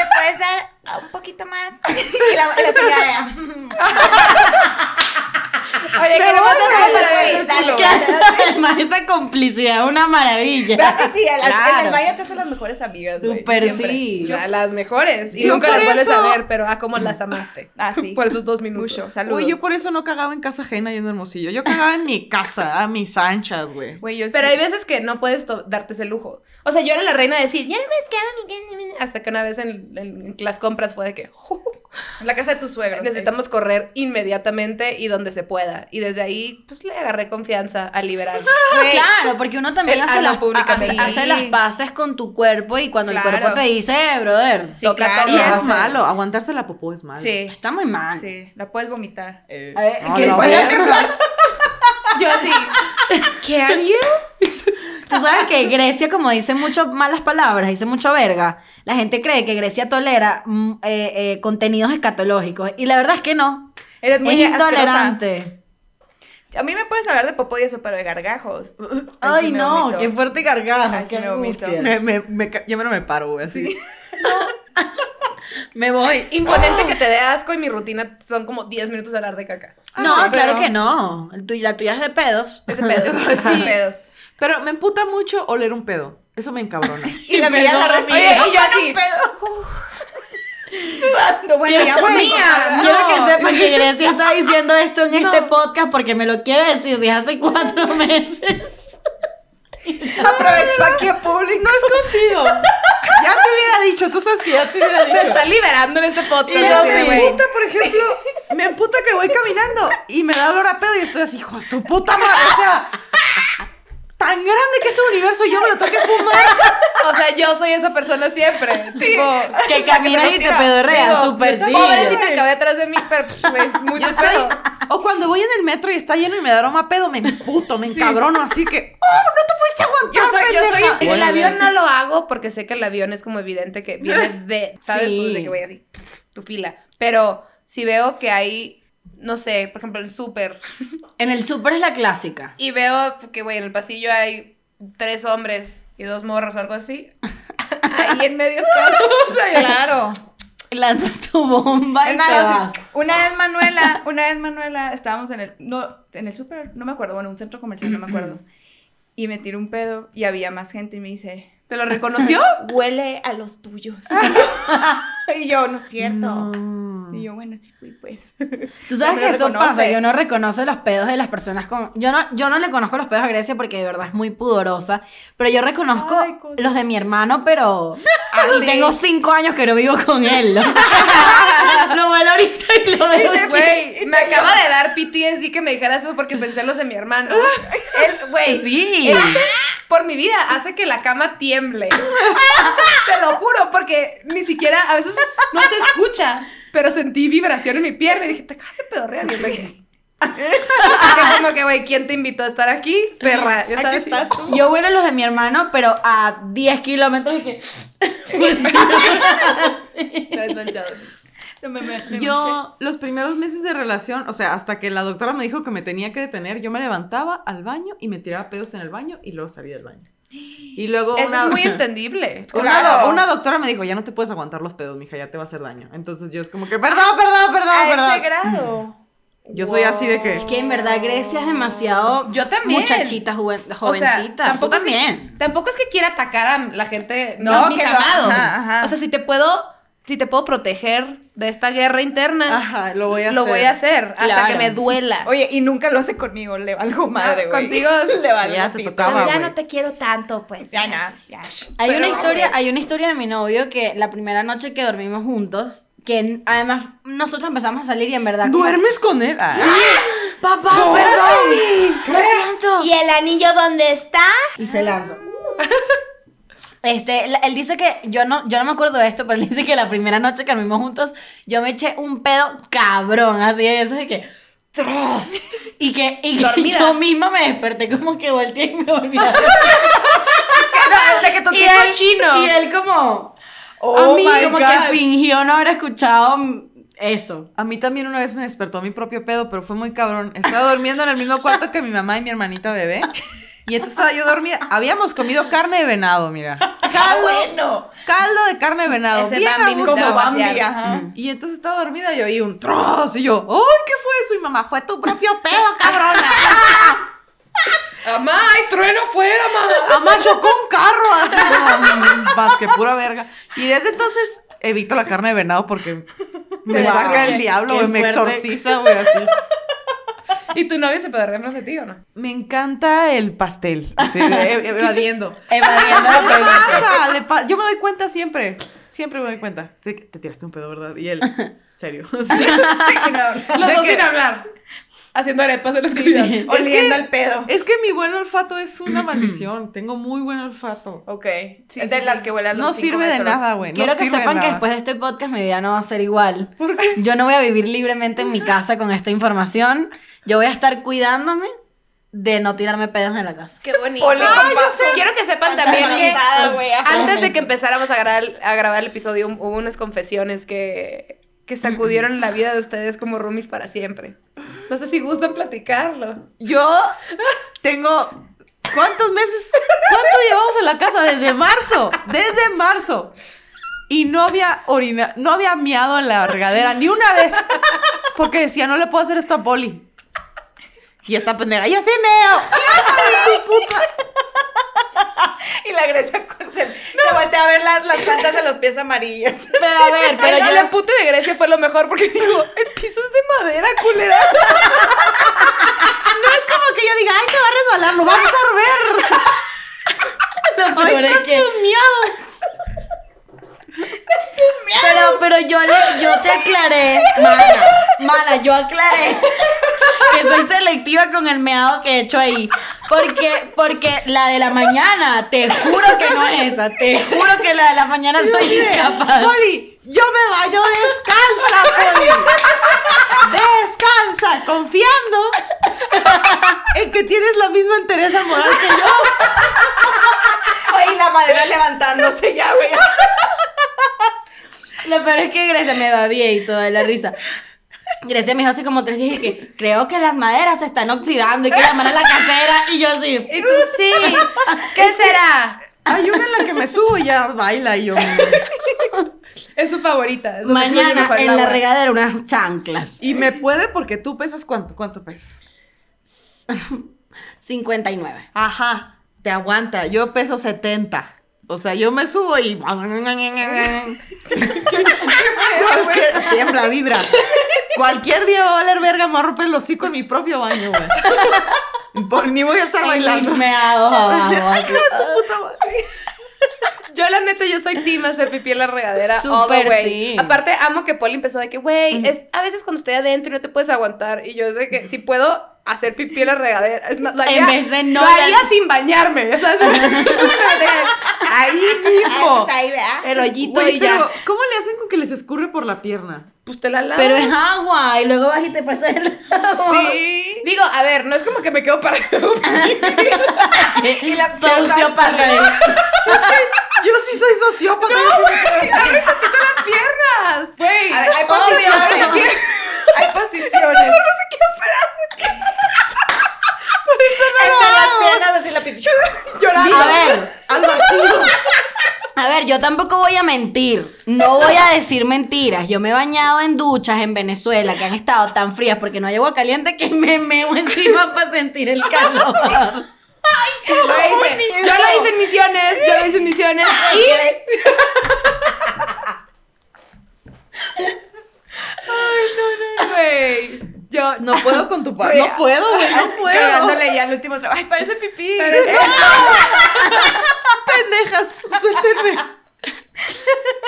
[SPEAKER 2] puedes dar un poquito más? Y la, la señora, Oye, queremos hacer
[SPEAKER 1] Dale.
[SPEAKER 3] Además, esa complicidad es una maravilla.
[SPEAKER 2] ¿Verdad que sí? A las- En
[SPEAKER 3] Claro.
[SPEAKER 2] el baile te hacen las mejores amigas, güey.
[SPEAKER 3] Súper
[SPEAKER 2] siempre.
[SPEAKER 3] sí.
[SPEAKER 1] Y a las mejores. y
[SPEAKER 10] Yo
[SPEAKER 1] nunca
[SPEAKER 10] por
[SPEAKER 1] las vuelves
[SPEAKER 10] eso-
[SPEAKER 1] a ver, pero *laughs* ah, cómo las amaste.
[SPEAKER 2] Ah, sí.
[SPEAKER 10] Por esos dos minutos.
[SPEAKER 2] Mucho, saludos.
[SPEAKER 4] Güey, yo por eso no cagaba en casa ajena yendo a Hermosillo. Yo cagaba en mi casa, a mis anchas, güey.
[SPEAKER 2] Güey, yo
[SPEAKER 1] *laughs*
[SPEAKER 2] sí.
[SPEAKER 1] Pero hay veces que no puedes to- darte ese lujo. O sea, yo era la reina de decir, ya no ves que hago mi- Hasta que una vez en, en las compras fue de que
[SPEAKER 2] En la casa de tu suegro.
[SPEAKER 1] necesitamos correr inmediatamente y donde se pueda. Y desde ahí, pues le agarré confianza a *laughs* liberar.
[SPEAKER 3] Ah, Claro, porque uno también
[SPEAKER 1] El
[SPEAKER 3] hace
[SPEAKER 1] habla
[SPEAKER 3] las,
[SPEAKER 1] públicamente.
[SPEAKER 3] ha- hace
[SPEAKER 1] Sí.
[SPEAKER 3] las paces con tu cuerpo y cuando el
[SPEAKER 2] Claro.
[SPEAKER 3] cuerpo te dice, "Eh, brother,
[SPEAKER 2] Sí, claro.
[SPEAKER 4] Y
[SPEAKER 1] todo.
[SPEAKER 4] es malo, aguantarse la popó es malo.
[SPEAKER 2] Sí.
[SPEAKER 3] está muy mal.
[SPEAKER 2] Sí, la puedes vomitar.
[SPEAKER 3] A ver,
[SPEAKER 4] No,
[SPEAKER 3] ¿qué
[SPEAKER 4] la
[SPEAKER 3] fue?
[SPEAKER 1] Yo así, ¿can you?
[SPEAKER 3] Tú sabes que Grecia, como dice muchas malas palabras, dice mucho verga, la gente cree que Grecia tolera mm, eh, eh, contenidos escatológicos. Y la verdad es que no.
[SPEAKER 2] Eres muy
[SPEAKER 3] es
[SPEAKER 2] asquerosa.
[SPEAKER 3] intolerante.
[SPEAKER 2] A mí me puedes hablar de popó y eso, pero de gargajos.
[SPEAKER 3] Ay,
[SPEAKER 2] sí me
[SPEAKER 3] no,
[SPEAKER 2] vomito. *laughs*
[SPEAKER 3] qué fuerte gargajo.
[SPEAKER 2] Ay, sí
[SPEAKER 3] qué
[SPEAKER 2] me vomito.
[SPEAKER 3] angustia.
[SPEAKER 4] *laughs* Me, me, me ca- yo no me paro, güey, así.
[SPEAKER 3] Me voy.
[SPEAKER 1] Imponente que te dé asco y mi rutina son como 10 minutos de hablar de *laughs* caca.
[SPEAKER 3] No,
[SPEAKER 4] Ah,
[SPEAKER 3] claro
[SPEAKER 4] pero-
[SPEAKER 3] que no. El tuyo- La tuya es de pedos.
[SPEAKER 1] Ese pedo.
[SPEAKER 2] Sí. pedos.
[SPEAKER 4] Pero me emputa mucho oler un pedo. Eso me *laughs* encabrona.
[SPEAKER 2] Y la veía en la
[SPEAKER 1] Oye,
[SPEAKER 2] recibe.
[SPEAKER 1] y yo así.
[SPEAKER 2] Sudando, güey. ya vamos a
[SPEAKER 1] Mía,
[SPEAKER 2] cortar.
[SPEAKER 3] Quiero que sepan que Grecia está diciendo esto en este podcast porque me lo quiere decir desde hace cuatro *laughs* meses.
[SPEAKER 2] Aprovecho aquí a público.
[SPEAKER 4] No es contigo. *laughs* Ya te hubiera dicho, tú sabes que ya te hubiera
[SPEAKER 1] Se
[SPEAKER 4] dicho.
[SPEAKER 1] está liberando en este podcast.
[SPEAKER 4] Y yo
[SPEAKER 1] así de,
[SPEAKER 4] me
[SPEAKER 1] güey.
[SPEAKER 4] emputa, por ejemplo, me emputa que voy caminando y me da olor a pedo y estoy así, hijo de tu puta madre, o sea, tan grande que es el universo y yo me lo tengo que fumar.
[SPEAKER 1] O sea, yo soy esa persona siempre. Tipo,
[SPEAKER 3] Que camina y te pedorrea,
[SPEAKER 1] digo,
[SPEAKER 3] súper sí.
[SPEAKER 1] Pobrecita que ve atrás de mí, pero pues, güey, *laughs* es muy
[SPEAKER 4] Yo
[SPEAKER 1] de
[SPEAKER 4] soy-
[SPEAKER 1] pedo.
[SPEAKER 4] O cuando voy en el metro y está lleno y me da aroma a pedo, me emputo, me encabrono, así que, oh, no te pudiste aguantar,
[SPEAKER 2] Yo soy- yo soy-
[SPEAKER 4] pendeja".
[SPEAKER 1] El este avión no lo hago porque sé que el avión es como evidente que *laughs* viene de, ¿sabes?
[SPEAKER 3] Sí.
[SPEAKER 1] Tú, de que voy así, pf, tu fila. Pero si veo que hay, no sé, por ejemplo, en súper,
[SPEAKER 3] En el súper es la clásica.
[SPEAKER 1] y veo que, güey, en el pasillo hay tres hombres y dos morros o algo *laughs* así, ahí en medio está. O sea,
[SPEAKER 2] Claro.
[SPEAKER 3] Lanzas *laughs* tu bomba
[SPEAKER 2] Es
[SPEAKER 3] y te vas.
[SPEAKER 2] más, una vez Manuela, una vez Manuela, estábamos en el, no, en el súper, no me acuerdo, bueno, un centro comercial, no me acuerdo. Y me tiró un pedo y había más gente y me dice,
[SPEAKER 1] ¿Te lo
[SPEAKER 4] *laughs*
[SPEAKER 1] reconoció?
[SPEAKER 2] huele a los tuyos. y yo, no es cierto. Y yo, bueno, sí fui, pues.
[SPEAKER 3] Tú sabes
[SPEAKER 2] Hombre,
[SPEAKER 3] que eso
[SPEAKER 2] reconoce.
[SPEAKER 3] pasa, yo no reconozco los pedos de las personas con... Yo no, yo no le conozco los pedos a Grecia porque de verdad es muy pudorosa, pero yo reconozco
[SPEAKER 2] Ay, cosa.
[SPEAKER 3] los de mi hermano, pero... y
[SPEAKER 2] sí.
[SPEAKER 3] tengo cinco años que no vivo con él. o *laughs* sea, lo vuelo ahorita y lo veo.
[SPEAKER 1] Güey, me acaba de *laughs* dar PTSD que me dijeras eso porque pensé en los de mi hermano. Él, güey,
[SPEAKER 3] Sí.
[SPEAKER 1] él hace- por mi vida, hace que la cama tiemble. *laughs* Te lo juro, porque ni siquiera, a veces no se escucha, pero sentí vibración en mi pierna y dije, te acabas de pedorrear. Y yo me quedé. *laughs* Porque como que, güey, ¿quién te invitó a estar aquí? Perra, ya sabes.
[SPEAKER 2] estás tú.
[SPEAKER 3] Yo vuelo los de mi hermano, pero a 10 kilómetros y *laughs* que... Pues *laughs*
[SPEAKER 1] Estás manchado.
[SPEAKER 2] Me- me- me manché.
[SPEAKER 4] Yo, los primeros meses de relación, o sea, hasta que la doctora me dijo que me tenía que detener, yo me levantaba al baño y me tiraba pedos en el baño y luego salía del baño. Y luego
[SPEAKER 1] Eso
[SPEAKER 4] una, *laughs*
[SPEAKER 1] es muy entendible.
[SPEAKER 4] una
[SPEAKER 2] Claro.
[SPEAKER 4] do- una doctora me dijo, ya no te puedes aguantar los pedos, mija, ya te va a hacer daño. Entonces yo es como que,
[SPEAKER 1] Ah,
[SPEAKER 4] perdón, perdón, perdón,
[SPEAKER 2] a ese
[SPEAKER 4] perdón.
[SPEAKER 2] grado.
[SPEAKER 4] Yo soy así de que...
[SPEAKER 3] Que en verdad Grecia es demasiado...
[SPEAKER 1] Yo también.
[SPEAKER 3] Muchachita, juven-
[SPEAKER 1] O sea,
[SPEAKER 3] jovencita. tampoco
[SPEAKER 1] es que-
[SPEAKER 3] también.
[SPEAKER 1] tampoco es que quiera atacar a la gente, no,
[SPEAKER 2] No,
[SPEAKER 1] mis
[SPEAKER 2] que lo-
[SPEAKER 1] amados.
[SPEAKER 2] ajá, ajá.
[SPEAKER 1] O sea, si te puedo, si te puedo proteger de esta guerra interna,
[SPEAKER 4] Ajá, lo voy a
[SPEAKER 1] lo
[SPEAKER 4] hacer.
[SPEAKER 1] voy a hacer hasta
[SPEAKER 3] Claro.
[SPEAKER 1] que me duela.
[SPEAKER 2] Oye, y nunca lo hace conmigo, le valgo madre,
[SPEAKER 1] No, *laughs*
[SPEAKER 2] güey.
[SPEAKER 1] contigo
[SPEAKER 2] le valgo
[SPEAKER 4] ya te
[SPEAKER 2] pito.
[SPEAKER 11] Ah,
[SPEAKER 4] tocaba, güey.
[SPEAKER 1] te quiero tanto, pues.
[SPEAKER 2] Ya, nada, ya.
[SPEAKER 3] Hay
[SPEAKER 2] Pero,
[SPEAKER 3] una historia,
[SPEAKER 2] hombre,
[SPEAKER 3] hay una historia de mi novio que la primera noche que dormimos juntos, que n- además nosotros empezamos a salir y en verdad como-
[SPEAKER 4] ¿Duermes con él? Ah.
[SPEAKER 3] Papá, perdón. Lo siento.
[SPEAKER 1] ¿Y el anillo dónde está?
[SPEAKER 3] Y se lanza. Este, la- él dice que yo no, yo no me acuerdo de esto, pero él *laughs* dice que la primera noche que dormimos juntos, yo me eché un pedo cabrón, así de eso de que ¡tras! y que, y que
[SPEAKER 1] Dormida.
[SPEAKER 3] yo misma me desperté como que volteé y me volví a
[SPEAKER 1] No, de que
[SPEAKER 3] Y
[SPEAKER 1] toqué
[SPEAKER 3] él-
[SPEAKER 1] el chino.
[SPEAKER 3] Y él como
[SPEAKER 2] Oh
[SPEAKER 3] a mí
[SPEAKER 2] my
[SPEAKER 3] como
[SPEAKER 2] God.
[SPEAKER 3] que fingió no haber escuchado mm, eso.
[SPEAKER 4] A mí también una vez me despertó mi propio pedo, pero fue muy cabrón. Estaba durmiendo en el mismo cuarto que mi mamá y mi hermanita bebé. Y entonces estaba yo dormida. Habíamos comido carne de venado, mira.
[SPEAKER 2] ¡Ah,
[SPEAKER 4] Caldo,
[SPEAKER 2] bueno!
[SPEAKER 4] caldo de carne de venado.
[SPEAKER 1] Ese
[SPEAKER 4] bien a
[SPEAKER 1] Bambi no
[SPEAKER 4] gusto.
[SPEAKER 1] se va a
[SPEAKER 2] Como Bambi,
[SPEAKER 1] vaciar. Mm.
[SPEAKER 2] ajá.
[SPEAKER 4] Y entonces estaba dormida yo y un trozo. Y yo, ¡ay, qué fue eso! Y mamá, fue tu propio pedo, cabrona.
[SPEAKER 10] ¡Amá, hay trueno fuera,
[SPEAKER 2] *laughs*
[SPEAKER 10] mamá!
[SPEAKER 4] Mamá chocó un carro así, no, más que pura verga. Y desde entonces evito la carne de venado porque me
[SPEAKER 9] Wow.
[SPEAKER 1] Pues
[SPEAKER 4] saca el diablo,
[SPEAKER 9] Qué
[SPEAKER 4] güey, me
[SPEAKER 9] fuerte.
[SPEAKER 4] exorciza, güey, así.
[SPEAKER 10] ¿Y tu novio se pedorrea enfrente de ti o no?
[SPEAKER 4] Me encanta el pastel, así, *laughs* ev- evadiendo.
[SPEAKER 1] *laughs*
[SPEAKER 9] Evadiendo la
[SPEAKER 4] ¿Qué
[SPEAKER 9] pregunta.
[SPEAKER 4] pasa? Le pa- yo me doy cuenta siempre. Siempre me doy cuenta. Sí, que te tiraste un pedo, ¿verdad? Y *laughs* él, serio.
[SPEAKER 10] Los
[SPEAKER 4] ¿De
[SPEAKER 10] dos
[SPEAKER 4] qué?
[SPEAKER 10] sin hablar. Haciendo arepas en la oscuridad.
[SPEAKER 4] Es que-
[SPEAKER 2] Oliendo al pedo.
[SPEAKER 4] Es que mi buen olfato es una *clears throat* maldición. Tengo muy buen olfato.
[SPEAKER 2] Ok. de las que vuelan los
[SPEAKER 4] No
[SPEAKER 2] cinco
[SPEAKER 4] sirve de
[SPEAKER 2] metros.
[SPEAKER 4] nada, güey. no
[SPEAKER 3] Quiero que
[SPEAKER 4] sirve de
[SPEAKER 3] sepan que
[SPEAKER 4] nada.
[SPEAKER 3] después de este podcast mi vida no va a ser igual.
[SPEAKER 4] ¿Por qué?
[SPEAKER 3] Yo no voy a vivir libremente en mi casa con esta información. Yo voy a estar cuidándome de no tirarme pedos en la
[SPEAKER 1] *laughs*
[SPEAKER 3] casa.
[SPEAKER 1] Qué bonito.
[SPEAKER 2] Ole, Ah,
[SPEAKER 1] yo sé. Quiero que sepan también que
[SPEAKER 2] Encantada, güey, ajá.
[SPEAKER 1] antes de que empezáramos a grabar, a grabar el episodio hubo unas confesiones que, que sacudieron la vida de ustedes como roomies para siempre. No sé si gustan platicarlo.
[SPEAKER 4] Yo tengo. ¿Cuántos meses? *laughs* ¿Cuánto llevamos en la casa? Desde marzo. Desde marzo. Y no había orina, no había miado en la regadera ni una vez. Porque decía, no le puedo hacer esto a Poli. Y esta pendeja, yo sí meo.
[SPEAKER 2] Y la Grecia con se, se voltea a ver las, las plantas de los pies amarillas.
[SPEAKER 4] Pero a
[SPEAKER 1] *laughs*
[SPEAKER 4] ver,
[SPEAKER 1] Pero yo el empute de Grecia fue lo mejor porque *laughs* digo, el piso es de madera, culera.
[SPEAKER 4] no es como que yo diga, ay, se va a resbalar, lo va a absorber.
[SPEAKER 3] Pero, es que- pero, pero yo, le, yo te aclaré, mana, mana, yo aclaré que soy selectiva con el meado que he hecho ahí. Porque, porque la de la mañana, te juro que no es esa, te juro que la de la mañana soy incapaz.
[SPEAKER 4] Poli, yo me baño descalza, Poli. Descalza, confiando *laughs* en que tienes la misma entereza moral que yo.
[SPEAKER 2] Oye, y la madera levantándose ya, güey.
[SPEAKER 3] Lo peor es que Grecia me va bien y toda la risa. Grecia me dijo hace como tres días y que creo que las maderas se están oxidando y que la mano es la casera y yo sí.
[SPEAKER 1] Y tú sí. ¿Qué será?
[SPEAKER 4] Hay una en la que me subo y ya baila y yo.
[SPEAKER 10] Es su favorita. es donde fluye
[SPEAKER 3] Mañana
[SPEAKER 10] mejor el
[SPEAKER 3] en la
[SPEAKER 10] agua.
[SPEAKER 3] regadera unas chanclas.
[SPEAKER 4] Y me puede porque tú pesas cuánto, cuánto pesas.
[SPEAKER 3] 59.
[SPEAKER 4] Ajá, te aguanta. Yo peso 70. O sea, yo me subo *laughs* y. Cualquier- Tiembla, vibra. Cualquier día va a valer verga, me voy a romper el hocico en mi propio baño, *laughs* güey. Por ni voy a estar bailando.
[SPEAKER 3] me
[SPEAKER 4] *laughs*
[SPEAKER 3] hago abajo. así.
[SPEAKER 1] Yo la neta, yo soy team hacer pipí en la regadera all the
[SPEAKER 3] Súper
[SPEAKER 1] way.
[SPEAKER 3] sí.
[SPEAKER 1] Aparte, amo que Paul empezó de que, güey, es a veces cuando estoy adentro y no te puedes aguantar. Y yo sé que si puedo hacer pipí en la regadera, es más, lo haría,
[SPEAKER 3] En vez de no
[SPEAKER 1] lo haría
[SPEAKER 3] la-
[SPEAKER 1] sin bañarme, ya ¿sabes?
[SPEAKER 3] *laughs*
[SPEAKER 1] Ahí mismo.
[SPEAKER 2] Ahí, ¿verdad?
[SPEAKER 1] El hoyito
[SPEAKER 4] Güey,
[SPEAKER 1] y
[SPEAKER 4] pero,
[SPEAKER 1] ya.
[SPEAKER 4] ¿cómo le hacen con que les escurre por la *laughs* pierna?
[SPEAKER 1] Pues te la lavas.
[SPEAKER 3] Pero es agua y luego vas y te pasas el
[SPEAKER 4] *laughs*
[SPEAKER 2] Sí.
[SPEAKER 1] Digo, a ver, no es como que me quedo para *laughs*
[SPEAKER 3] Y
[SPEAKER 2] la-
[SPEAKER 4] Yo sí soy sociópata. yo sí me quedo así.
[SPEAKER 1] piernas. Güey.
[SPEAKER 2] *laughs* A ver, hay
[SPEAKER 1] Oh,
[SPEAKER 2] posiciones.
[SPEAKER 1] Dios.
[SPEAKER 2] *laughs* hay posiciones. Entre las piernas, así la pipi.
[SPEAKER 3] A ver, A ver, yo tampoco voy a mentir. No voy a decir mentiras. Yo me he bañado en duchas en Venezuela que han estado tan frías porque no hay agua caliente que me meo encima para sentir el calor.
[SPEAKER 1] Lo hice. Yo lo hice en misiones. Yo lo hice en misiones. Y. Güey. Yo.
[SPEAKER 4] No puedo con tu pa-
[SPEAKER 2] Güey,
[SPEAKER 4] No puedo,
[SPEAKER 3] *laughs*
[SPEAKER 4] güey, no puedo.
[SPEAKER 2] Cagándole ya el último trabajo. Ay, parece pipí.
[SPEAKER 4] *laughs* Pendejas, suéltenme.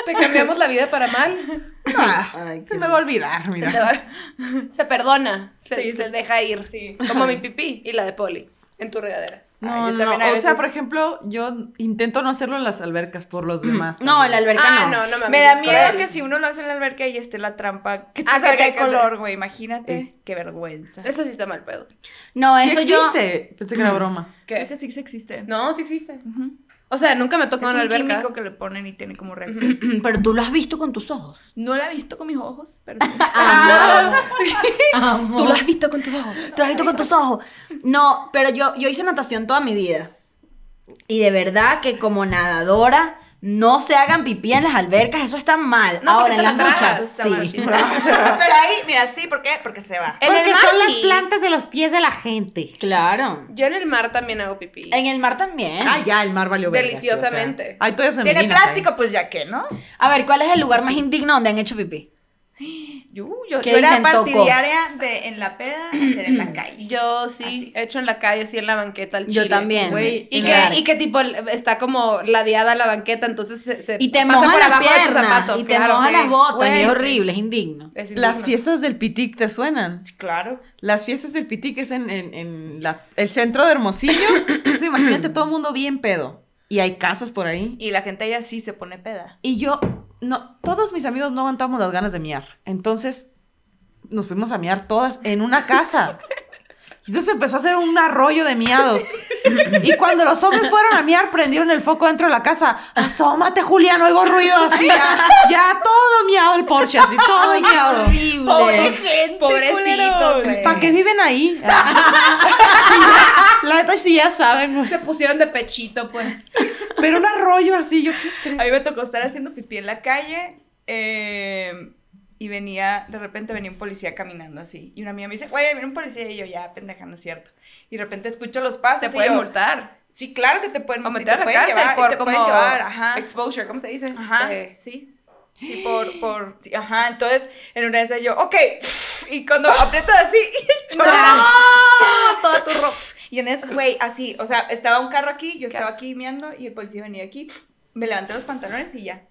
[SPEAKER 1] Te cambiamos la vida para mal.
[SPEAKER 4] Ah,
[SPEAKER 3] Ay, qué
[SPEAKER 4] se me va a olvidar,
[SPEAKER 1] Se,
[SPEAKER 4] mira.
[SPEAKER 1] te va- *laughs* se perdona. Se,
[SPEAKER 2] Sí,
[SPEAKER 1] se
[SPEAKER 2] sí.
[SPEAKER 1] deja ir.
[SPEAKER 2] Sí.
[SPEAKER 1] Como mi pipí y la de Poli. En tu regadera.
[SPEAKER 12] Ah,
[SPEAKER 4] No,
[SPEAKER 2] Ay, yo
[SPEAKER 4] no, no.
[SPEAKER 2] también a
[SPEAKER 4] O sea,
[SPEAKER 2] veces-
[SPEAKER 4] por ejemplo, yo intento no hacerlo en las albercas por los demás.
[SPEAKER 3] No,
[SPEAKER 4] también.
[SPEAKER 3] la alberca
[SPEAKER 1] ah,
[SPEAKER 3] no.
[SPEAKER 1] no, no mames,
[SPEAKER 2] Me da
[SPEAKER 1] es
[SPEAKER 2] miedo
[SPEAKER 1] cruel.
[SPEAKER 2] que si uno lo hace en la alberca y esté la trampa, que te
[SPEAKER 1] Ah, que
[SPEAKER 2] salga
[SPEAKER 1] te-
[SPEAKER 2] el
[SPEAKER 1] que te-
[SPEAKER 2] color, güey. Imagínate. Qué vergüenza.
[SPEAKER 1] Eso sí está mal pedo.
[SPEAKER 3] No,
[SPEAKER 4] Sí
[SPEAKER 3] eso yo.
[SPEAKER 4] existe. Pensé que era broma.
[SPEAKER 2] Creo
[SPEAKER 1] ¿Qué?
[SPEAKER 2] que sí se existe.
[SPEAKER 1] No, sí existe. O sea, nunca me
[SPEAKER 2] Es
[SPEAKER 1] tocó
[SPEAKER 2] un
[SPEAKER 1] una alberca.
[SPEAKER 2] químico que le ponen y tiene como reacción.
[SPEAKER 3] *clears throat* Pero tú lo has visto con tus ojos.
[SPEAKER 2] No la he visto con mis ojos, pero *laughs* sí.
[SPEAKER 3] Tú lo has visto con tus ojos. Tú lo has visto con tus ojos. No, pero yo, yo hice natación toda mi vida. Y de verdad que como nadadora, no se hagan pipí en las albercas. Eso está mal.
[SPEAKER 1] No,
[SPEAKER 3] Ahora,
[SPEAKER 1] porque
[SPEAKER 3] en las
[SPEAKER 1] te la tragas,
[SPEAKER 3] duchas.
[SPEAKER 1] está *laughs*
[SPEAKER 3] sí.
[SPEAKER 1] mal, sí.
[SPEAKER 2] pero ahí, mira, sí, ¿por qué? Porque se va.
[SPEAKER 1] En el mar sí.
[SPEAKER 12] de los pies de la gente.
[SPEAKER 3] Claro.
[SPEAKER 1] Yo en el mar también hago pipí.
[SPEAKER 3] En el mar también.
[SPEAKER 12] Ah, ya, el mar valió verga, sí, o sea.
[SPEAKER 1] Deliciosamente.
[SPEAKER 12] Hay toallas
[SPEAKER 2] Tiene
[SPEAKER 12] femeninas ahí.
[SPEAKER 2] plástico, pues ya que, ¿no?
[SPEAKER 3] A ver, ¿cuál es el lugar más indigno donde han hecho pipí?
[SPEAKER 2] Yo, yo,
[SPEAKER 3] ¿Qué
[SPEAKER 2] yo era
[SPEAKER 3] dicen, tocó?
[SPEAKER 2] partidaria de en la peda hacer
[SPEAKER 1] *clears throat*
[SPEAKER 2] en la calle.
[SPEAKER 1] Yo sí, he hecho en la calle, así en la banqueta, al
[SPEAKER 3] Yo
[SPEAKER 1] chile.
[SPEAKER 3] también.
[SPEAKER 2] Güey,
[SPEAKER 1] Y
[SPEAKER 3] En
[SPEAKER 1] que,
[SPEAKER 3] la-
[SPEAKER 1] y que tipo está como ladeada la banqueta, entonces se, se
[SPEAKER 3] y te
[SPEAKER 1] pasa
[SPEAKER 3] mojan
[SPEAKER 1] por
[SPEAKER 3] las
[SPEAKER 1] abajo de tu
[SPEAKER 3] piernas.
[SPEAKER 1] zapato.
[SPEAKER 3] y te
[SPEAKER 1] claro,
[SPEAKER 3] mojan
[SPEAKER 1] sí.
[SPEAKER 3] las botas.
[SPEAKER 1] Güey,
[SPEAKER 3] y es
[SPEAKER 1] sí.
[SPEAKER 3] horrible, es indigno.
[SPEAKER 1] Es
[SPEAKER 4] Las
[SPEAKER 1] indigno.
[SPEAKER 4] fiestas del Pitic te suenan.
[SPEAKER 2] Claro.
[SPEAKER 4] Las fiestas del Pitic es en, en- en la- el centro de Hermosillo. *coughs* Entonces, imagínate todo el mundo bien pedo. Y hay casas por ahí.
[SPEAKER 2] Y la gente allá sí se pone peda.
[SPEAKER 4] Y yo, no, todos mis amigos no aguantamos las ganas de miar. Entonces, nos fuimos a miar todas en una casa. Y entonces empezó a hacer un arroyo de miados. Y cuando los hombres fueron a miar, prendieron el foco dentro de la casa. Asómate, Julián, oigo ruido así. Ya, ya todo miado el Porsche, así todo miado.
[SPEAKER 3] Horrible.
[SPEAKER 1] Pobrecitos, güey.
[SPEAKER 4] ¿Para qué viven ahí? *laughs* la neta sí ya saben, güey.
[SPEAKER 1] Se pusieron de pechito,
[SPEAKER 2] *laughs*
[SPEAKER 1] pues.
[SPEAKER 4] Pero un arroyo así, yo qué estrés.
[SPEAKER 2] A mí me tocó estar haciendo pipí en la calle eh, y venía, de repente venía un policía caminando así. Y una amiga me dice, güey, viene un policía. Y yo, ya, pendeja, no es cierto. Y de repente escucho los pasos.
[SPEAKER 1] Se
[SPEAKER 2] y
[SPEAKER 1] pueden
[SPEAKER 2] yo,
[SPEAKER 1] multar.
[SPEAKER 2] Sí, claro que te pueden
[SPEAKER 1] O
[SPEAKER 2] y mm, te
[SPEAKER 1] meter a la
[SPEAKER 2] pueden
[SPEAKER 1] cárcel
[SPEAKER 2] llevar, y
[SPEAKER 1] por
[SPEAKER 2] te
[SPEAKER 1] como
[SPEAKER 2] pueden llevar, ajá.
[SPEAKER 1] exposure, ¿cómo se dice?
[SPEAKER 2] Ajá,
[SPEAKER 1] Eh,
[SPEAKER 2] sí. Sí, por, por, sí, ajá, entonces, en una de esas yo, ok, y cuando aprieto así, y el chorro, ¡ah! toda tu ropa, y en eso, güey, así, o sea, estaba un carro aquí, yo estaba aquí meando, y el policía venía aquí, me levanté los pantalones y ya,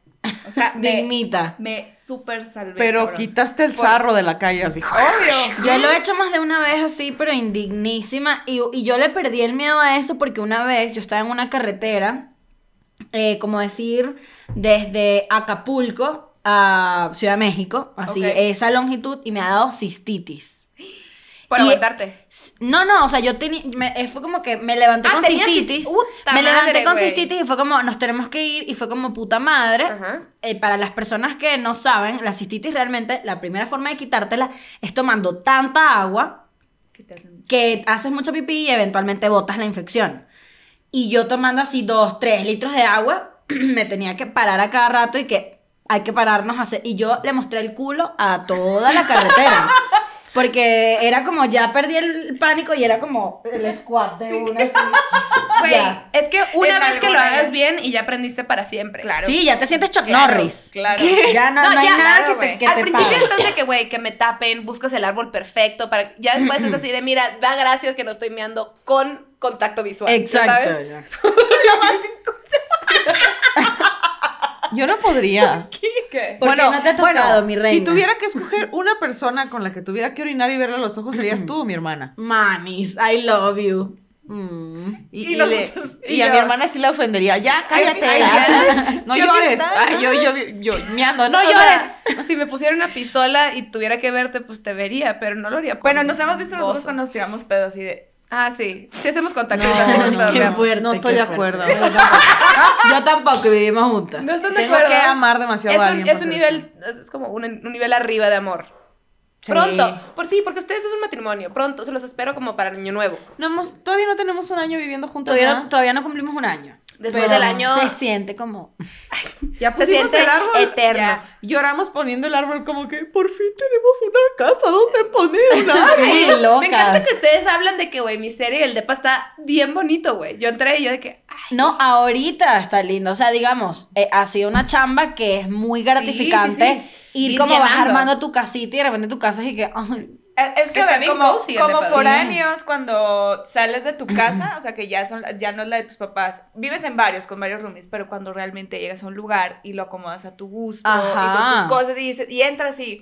[SPEAKER 2] o sea, me,
[SPEAKER 3] Dignita.
[SPEAKER 2] me super salvé,
[SPEAKER 4] Pero
[SPEAKER 2] cabrón.
[SPEAKER 4] quitaste el sarro de la calle así.
[SPEAKER 2] Obvio.
[SPEAKER 3] Yo lo he hecho más de una vez así, pero indignísima. Y, y yo le perdí el miedo a eso porque una vez yo estaba en una carretera, eh, como decir, desde Acapulco a Ciudad de México, así,
[SPEAKER 1] Ok.
[SPEAKER 3] esa longitud, y me ha dado cistitis.
[SPEAKER 1] Por
[SPEAKER 3] Y-
[SPEAKER 1] aguantarte.
[SPEAKER 3] S- No, no, o sea, yo tenía, me- eh, fue como que me levanté
[SPEAKER 1] Ah,
[SPEAKER 3] con
[SPEAKER 1] tenías
[SPEAKER 3] cistitis,
[SPEAKER 1] cis- ¡Puta
[SPEAKER 3] me levanté
[SPEAKER 1] madre,
[SPEAKER 3] con
[SPEAKER 1] güey!
[SPEAKER 3] cistitis y fue como, nos tenemos que ir, y fue como puta madre,
[SPEAKER 1] Ajá.
[SPEAKER 3] eh, para las personas que no saben, la cistitis realmente, la primera forma de quitártela es tomando tanta agua
[SPEAKER 2] ¿Qué te hacen?
[SPEAKER 3] que haces mucho pipí y eventualmente botas la infección. Y yo tomando así dos, tres litros de agua, *clears throat* me tenía que parar a cada rato y que hay que pararnos a hacer. Y yo le mostré el culo a toda la carretera. Porque era como ya perdí el pánico y era como el squat de una así.
[SPEAKER 1] Güey,
[SPEAKER 3] Ya.
[SPEAKER 1] es que una
[SPEAKER 2] En
[SPEAKER 1] vez que lo
[SPEAKER 2] alguna,
[SPEAKER 1] hagas
[SPEAKER 2] ¿no?
[SPEAKER 1] bien y ya aprendiste para siempre.
[SPEAKER 2] Claro.
[SPEAKER 3] Sí, ya te sientes Chuck
[SPEAKER 2] Claro,
[SPEAKER 3] Norris.
[SPEAKER 2] claro.
[SPEAKER 3] Ya no,
[SPEAKER 1] No,
[SPEAKER 3] no hay
[SPEAKER 1] ya,
[SPEAKER 3] nada
[SPEAKER 2] claro,
[SPEAKER 3] que te,
[SPEAKER 2] güey.
[SPEAKER 3] que
[SPEAKER 1] Al
[SPEAKER 3] te
[SPEAKER 1] principio
[SPEAKER 3] pare.
[SPEAKER 1] estás de que, güey, que me tapen, buscas el árbol perfecto para... Ya después es así de, mira, da gracias que no estoy meando con contacto visual. ¿ya
[SPEAKER 3] Exacto.
[SPEAKER 1] ¿sabes?
[SPEAKER 3] ya.
[SPEAKER 4] Yo no podría.
[SPEAKER 1] ¿Qué?
[SPEAKER 3] ¿Por qué no te ha tocado, mi reina?
[SPEAKER 4] Si tuviera que escoger una persona con la que tuviera que orinar y verle a los ojos, serías tú o mi hermana.
[SPEAKER 3] Manis, I love you. Mm.
[SPEAKER 4] Y, y le- y a mi hermana sí la ofendería. Ya, cállate.
[SPEAKER 1] ay,
[SPEAKER 3] *laughs*
[SPEAKER 4] ya. No
[SPEAKER 1] Yo
[SPEAKER 4] llores.
[SPEAKER 1] quizá.
[SPEAKER 4] Ay, yo, yo, yo, miando. No
[SPEAKER 1] O
[SPEAKER 4] llores.
[SPEAKER 1] sea, si me pusiera una pistola y tuviera que verte, pues te vería, pero no lo haría. por
[SPEAKER 2] Bueno, nos hemos visto nosotros
[SPEAKER 1] gozo.
[SPEAKER 2] cuando nos tiramos pedos así de,
[SPEAKER 1] Ah, sí. Sí hacemos contacto.
[SPEAKER 4] No,
[SPEAKER 1] sí *laughs* hacemos
[SPEAKER 4] no,
[SPEAKER 1] pedo.
[SPEAKER 4] qué
[SPEAKER 1] no,
[SPEAKER 4] No estoy
[SPEAKER 3] qué
[SPEAKER 4] de
[SPEAKER 3] fuerte.
[SPEAKER 4] acuerdo.
[SPEAKER 3] Yo tampoco y vivimos juntas.
[SPEAKER 1] están de
[SPEAKER 4] Tengo
[SPEAKER 1] acuerdo. ¿eh?
[SPEAKER 4] que amar demasiado
[SPEAKER 1] es
[SPEAKER 4] a
[SPEAKER 1] un,
[SPEAKER 4] alguien
[SPEAKER 1] es
[SPEAKER 4] para
[SPEAKER 1] un
[SPEAKER 4] hacer
[SPEAKER 1] nivel, es como un, un nivel arriba de amor. Pronto. Por sí, porque ustedes es un matrimonio. Pronto. Se los espero como para el año nuevo.
[SPEAKER 4] No hemos- todavía no tenemos un año viviendo juntos.
[SPEAKER 3] Todavía,
[SPEAKER 4] ¿verdad?
[SPEAKER 3] no, todavía no cumplimos un año.
[SPEAKER 1] Después
[SPEAKER 3] Pero
[SPEAKER 1] del año-
[SPEAKER 3] Se siente como.
[SPEAKER 4] Ya
[SPEAKER 1] Se
[SPEAKER 4] pusimos
[SPEAKER 1] siente
[SPEAKER 4] el árbol.
[SPEAKER 1] eterno.
[SPEAKER 4] ya. Lloramos poniendo el árbol como que por fin tenemos una casa donde poner un árbol.
[SPEAKER 3] *laughs* Sí,
[SPEAKER 1] Me encanta que ustedes hablan de que, güey, mi serie el depa está bien bonito, güey. Yo entré y yo de que... ah,
[SPEAKER 3] No, ahorita está lindo. O sea, digamos, eh, ha sido una chamba que es muy gratificante.
[SPEAKER 1] sí, sí.
[SPEAKER 3] Ir
[SPEAKER 1] Ir
[SPEAKER 3] como vas
[SPEAKER 1] llenando.
[SPEAKER 3] armando tu casita y de repente tu casa es y que. ay,
[SPEAKER 2] Es Eh, es que
[SPEAKER 1] Está
[SPEAKER 2] ven,
[SPEAKER 1] bien
[SPEAKER 2] como,
[SPEAKER 1] cozy el
[SPEAKER 2] como
[SPEAKER 1] depa.
[SPEAKER 2] foráneos, cuando sales de tu casa, o sea, que ya, son, ya no es la de tus papás, vives en varios, con varios roomies, pero cuando realmente llegas a un lugar y lo acomodas a tu gusto y con
[SPEAKER 3] Ajá.
[SPEAKER 2] tus cosas y, dices- y entras y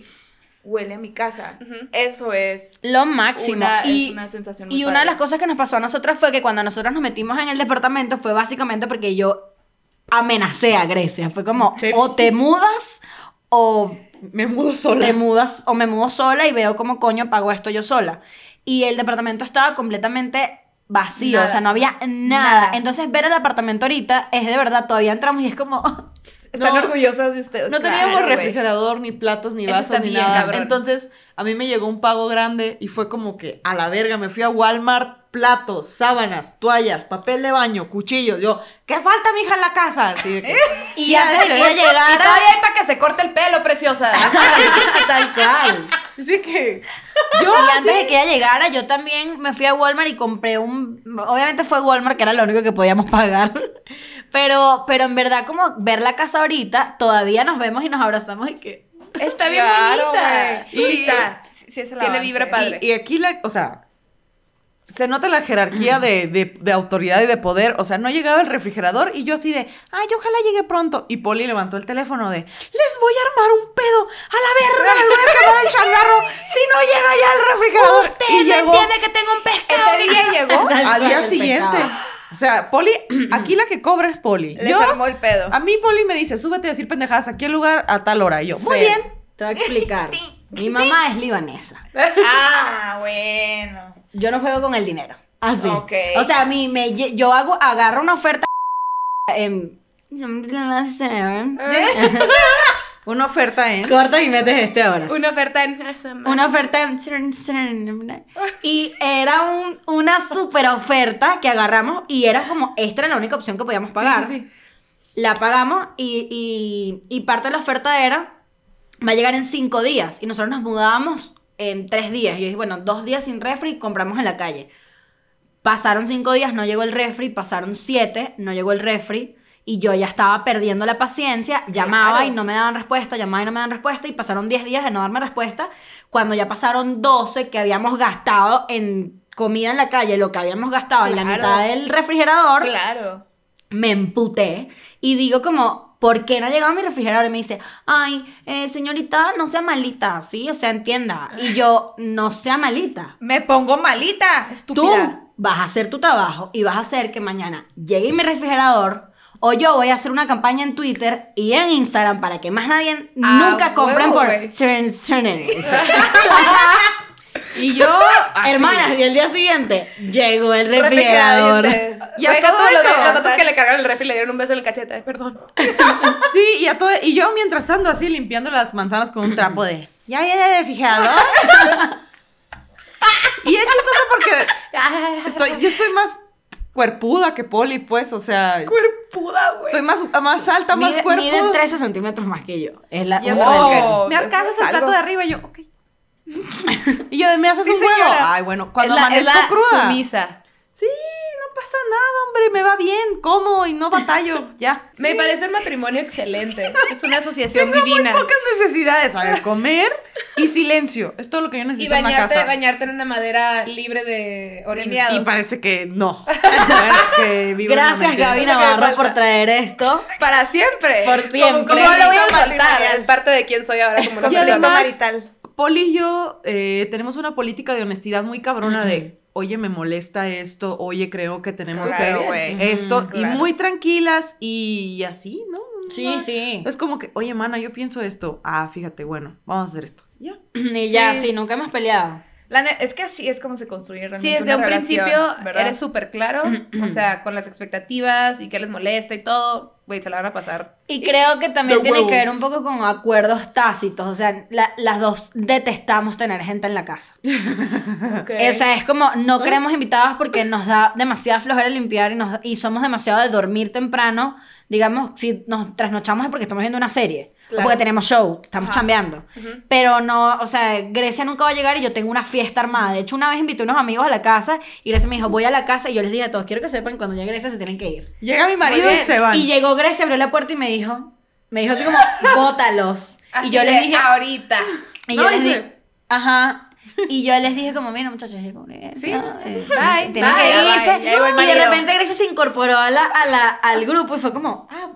[SPEAKER 2] huele a mi casa, eso es
[SPEAKER 3] Lo máximo.
[SPEAKER 2] Una- es
[SPEAKER 3] y
[SPEAKER 2] una sensación muy
[SPEAKER 3] y una de
[SPEAKER 2] padre.
[SPEAKER 3] las cosas que nos pasó a nosotras fue que cuando nosotras nos metimos en el departamento fue básicamente porque yo amenacé a Grecia. Fue como, o te mudas o
[SPEAKER 4] Me mudo sola.
[SPEAKER 3] te mudas o me mudo sola y veo cómo coño pago esto yo sola. Y el departamento estaba completamente vacío,
[SPEAKER 2] Nada.
[SPEAKER 3] o sea, no había nada.
[SPEAKER 2] Nada.
[SPEAKER 3] Entonces ver el apartamento ahorita es de verdad, todavía entramos y es como... *laughs*
[SPEAKER 2] Están
[SPEAKER 13] No.
[SPEAKER 2] orgullosas de ustedes.
[SPEAKER 13] No teníamos
[SPEAKER 2] Claro, güey. *laughs*
[SPEAKER 13] refrigerador, ni platos, ni
[SPEAKER 1] Eso
[SPEAKER 13] vasos,
[SPEAKER 1] está
[SPEAKER 13] ni
[SPEAKER 1] bien,
[SPEAKER 13] nada.
[SPEAKER 1] cabrón.
[SPEAKER 13] Entonces, a mí me llegó un pago grande y fue como que a la verga, me fui a Walmart, platos, sábanas, toallas, papel de baño, cuchillos. Yo, ¿qué falta, mija, en la casa? Así de que- *laughs*
[SPEAKER 3] y antes de que ella
[SPEAKER 1] Y
[SPEAKER 3] llegara...
[SPEAKER 1] todavía hay para que se corte el pelo, preciosa.
[SPEAKER 4] *laughs*
[SPEAKER 13] Tal cual.
[SPEAKER 4] Así que.
[SPEAKER 3] y antes de que ella llegara, yo también me fui a Walmart y compré un. Obviamente fue Walmart, que era lo único que podíamos *laughs* pagar. Pero, pero en verdad, como ver la casa ahorita, todavía nos vemos y nos abrazamos y que.
[SPEAKER 1] Está bien
[SPEAKER 2] Claro,
[SPEAKER 1] bonita.
[SPEAKER 2] güey.
[SPEAKER 1] Sí está.
[SPEAKER 2] Sí, sí, es el
[SPEAKER 1] Tiene
[SPEAKER 2] avance.
[SPEAKER 1] vibra padre.
[SPEAKER 4] Y aquí la, o sea, se nota la jerarquía de, de- de autoridad y de poder. O sea, no llegaba el refrigerador y yo así de, ay, ojalá llegue pronto. Y Poli levantó el teléfono de, les voy a armar un pedo. A la verga, les voy a acabar el changarro. Si no llega ya el refrigerador.
[SPEAKER 1] Usted
[SPEAKER 4] y
[SPEAKER 1] no
[SPEAKER 4] llegó
[SPEAKER 1] entiende que tengo un pescado.
[SPEAKER 2] Ese día llegó,
[SPEAKER 4] *laughs* al día siguiente. O sea, Poli, aquí la que cobra es Poli.
[SPEAKER 2] les
[SPEAKER 4] Yo,
[SPEAKER 2] armó el pedo.
[SPEAKER 4] a mí Poli me dice, súbete a decir pendejadas aquí al lugar a tal hora. Y yo, muy
[SPEAKER 3] Fer,
[SPEAKER 4] bien.
[SPEAKER 3] Te voy a explicar. Mi mamá es libanesa.
[SPEAKER 2] Ah, bueno.
[SPEAKER 3] Yo no juego con el dinero. Así.
[SPEAKER 2] Ok.
[SPEAKER 3] O sea, a mí me, lle- yo hago, agarro una oferta en.
[SPEAKER 4] Una oferta en...
[SPEAKER 3] Corta y metes este ahora.
[SPEAKER 1] Una oferta en...
[SPEAKER 3] Una oferta en... Y era un- una super oferta que agarramos y era como, esta era la única opción que podíamos pagar. La pagamos y, y- y parte de la oferta era, va a llegar en cinco días. Y nosotros nos mudábamos en tres días. Yo dije, bueno, dos días sin refri y compramos en la calle. Pasaron cinco días, no llegó el refri. Pasaron siete, no llegó el refri. Y yo ya estaba perdiendo la paciencia. Llamaba y no me daban respuesta, llamaba y no me daban respuesta. Y pasaron 10 días de no darme respuesta. Cuando ya pasaron 12 que habíamos gastado en comida en la calle, lo que habíamos gastado en la
[SPEAKER 2] Claro.
[SPEAKER 3] mitad del refrigerador,
[SPEAKER 2] Claro.
[SPEAKER 3] me emputé. Y digo como, ¿por qué no llegaba mi refrigerador? Y me dice, ay, eh, señorita, no sea malita, ¿sí? O sea, entienda. Y yo, no sea malita
[SPEAKER 2] Me pongo malita,
[SPEAKER 3] tú
[SPEAKER 2] estúpida.
[SPEAKER 3] vas a hacer tu trabajo y vas a hacer que mañana llegue mi refrigerador o yo voy a hacer una campaña en Twitter y en Instagram para que más nadie
[SPEAKER 10] Ah,
[SPEAKER 3] nunca compren
[SPEAKER 10] huevo,
[SPEAKER 3] por
[SPEAKER 10] güey.
[SPEAKER 3] Cern- Cerner. *laughs* y
[SPEAKER 2] *laughs*
[SPEAKER 3] yo, hermanas, y el día siguiente llegó el
[SPEAKER 2] Refrigerador.
[SPEAKER 3] refrigerador.
[SPEAKER 1] Y acá
[SPEAKER 4] todo
[SPEAKER 1] todo lo de-
[SPEAKER 4] eso,
[SPEAKER 1] los
[SPEAKER 4] o
[SPEAKER 1] vatos
[SPEAKER 4] sea-
[SPEAKER 1] que le cargaron el refri le dieron un beso en el cachete. *laughs* Perdón.
[SPEAKER 4] Sí, y a todo, y yo mientras tanto así limpiando las manzanas con un trapo de ya viene de fijado. *laughs* y es chistoso porque estoy, yo estoy más cuerpuda que Poli, pues, o sea,
[SPEAKER 2] Cuerpuda, güey.
[SPEAKER 4] estoy más, más alta, más
[SPEAKER 3] Mide, Oh, miden
[SPEAKER 4] cuerpuda.
[SPEAKER 3] 13 centímetros más que yo. Es la,
[SPEAKER 4] Y es
[SPEAKER 3] una
[SPEAKER 4] como
[SPEAKER 3] del-
[SPEAKER 4] que, me alcanzas
[SPEAKER 2] eso es
[SPEAKER 4] el plato
[SPEAKER 2] algo.
[SPEAKER 4] de arriba y yo, ok. *laughs* Y yo de me haces un huevo.
[SPEAKER 2] señora.
[SPEAKER 4] Ay, bueno, cuando
[SPEAKER 1] es la, es
[SPEAKER 4] amanezco
[SPEAKER 1] la
[SPEAKER 4] cruda.
[SPEAKER 1] sumisa.
[SPEAKER 4] Sí, no pasa nada, hombre, me va bien, como y no batallo, ya.
[SPEAKER 1] Me parece un matrimonio excelente. Es una asociación
[SPEAKER 4] Tengo
[SPEAKER 1] divina.
[SPEAKER 4] muy pocas necesidades. A ver, comer y silencio. Es todo lo que yo
[SPEAKER 1] Y
[SPEAKER 4] necesito en una
[SPEAKER 1] bañarte,
[SPEAKER 4] casa.
[SPEAKER 1] bañarte en una madera libre de orina.
[SPEAKER 4] Y parece que no. Parece que vivo en una
[SPEAKER 3] Gracias
[SPEAKER 4] mentira.
[SPEAKER 3] Gaby Navarro por traer esto.
[SPEAKER 1] Para siempre.
[SPEAKER 3] Por siempre.
[SPEAKER 1] Como, no lo voy a soltar.
[SPEAKER 2] Matrimonial.
[SPEAKER 1] Es parte de quién soy ahora como una
[SPEAKER 4] Y
[SPEAKER 2] Conflicto
[SPEAKER 1] persona.
[SPEAKER 4] además-
[SPEAKER 2] marital.
[SPEAKER 4] Poli y yo eh, tenemos una política de honestidad muy cabrona de, oye, me molesta esto, oye, creo que tenemos
[SPEAKER 2] Claro,
[SPEAKER 4] que
[SPEAKER 2] güey.
[SPEAKER 4] esto.
[SPEAKER 2] Ujú,
[SPEAKER 4] y
[SPEAKER 2] claro.
[SPEAKER 4] muy tranquilas y, así, ¿no?
[SPEAKER 3] Sí, sí.
[SPEAKER 4] Es como que, oye, mana, yo pienso esto. Ah, fíjate, bueno, vamos a hacer esto. Ya.
[SPEAKER 3] Y ya, sí, nunca hemos peleado.
[SPEAKER 2] La ne- es que así es como se construye realmente.
[SPEAKER 1] Sí, desde
[SPEAKER 2] una
[SPEAKER 1] un
[SPEAKER 2] relación,
[SPEAKER 1] principio
[SPEAKER 2] ¿verdad?
[SPEAKER 1] eres súper claro. o sea, con las expectativas y que les molesta y todo. Güey, se la van a pasar.
[SPEAKER 3] Y creo que también
[SPEAKER 10] de
[SPEAKER 3] tiene que ver
[SPEAKER 10] huevos.
[SPEAKER 3] un poco con acuerdos tácitos. O sea, la- las dos detestamos tener gente en la casa.
[SPEAKER 4] *laughs*
[SPEAKER 2] Ok.
[SPEAKER 3] O sea, es como
[SPEAKER 10] Ah.
[SPEAKER 3] no queremos invitadas porque nos da demasiada flojera limpiar y, nos, y somos demasiado de dormir temprano. Digamos, si nos trasnochamos es porque estamos viendo una serie. O porque tenemos show, estamos chambeando. Pero no, o sea, Grecia nunca va a llegar y yo tengo una fiesta armada. De hecho, una vez invité a unos amigos a la casa y Grecia me dijo, voy a la casa y yo les dije a todos, quiero que sepan, cuando llegue Grecia se tienen que ir.
[SPEAKER 4] Llega mi marido y
[SPEAKER 1] bien.
[SPEAKER 4] se van.
[SPEAKER 3] Y llegó Grecia, abrió la puerta y me dijo, me dijo
[SPEAKER 1] *laughs*
[SPEAKER 3] así como, bótalos.
[SPEAKER 1] Así
[SPEAKER 3] y yo
[SPEAKER 1] de "Ah,
[SPEAKER 3] les dije,
[SPEAKER 1] ahorita.
[SPEAKER 3] y yo
[SPEAKER 4] No,
[SPEAKER 3] les
[SPEAKER 4] dice-
[SPEAKER 3] dije, ajá. Y yo les dije como, mira muchachos, llegó Grecia.
[SPEAKER 1] Sí,
[SPEAKER 3] eh,
[SPEAKER 1] bye,
[SPEAKER 3] Tienen
[SPEAKER 1] bye,
[SPEAKER 3] que
[SPEAKER 1] ya va,
[SPEAKER 3] irse.
[SPEAKER 1] ya llegó el
[SPEAKER 3] y de
[SPEAKER 1] marido.
[SPEAKER 3] repente Grecia se incorporó a la, a la- al grupo y fue como, ah,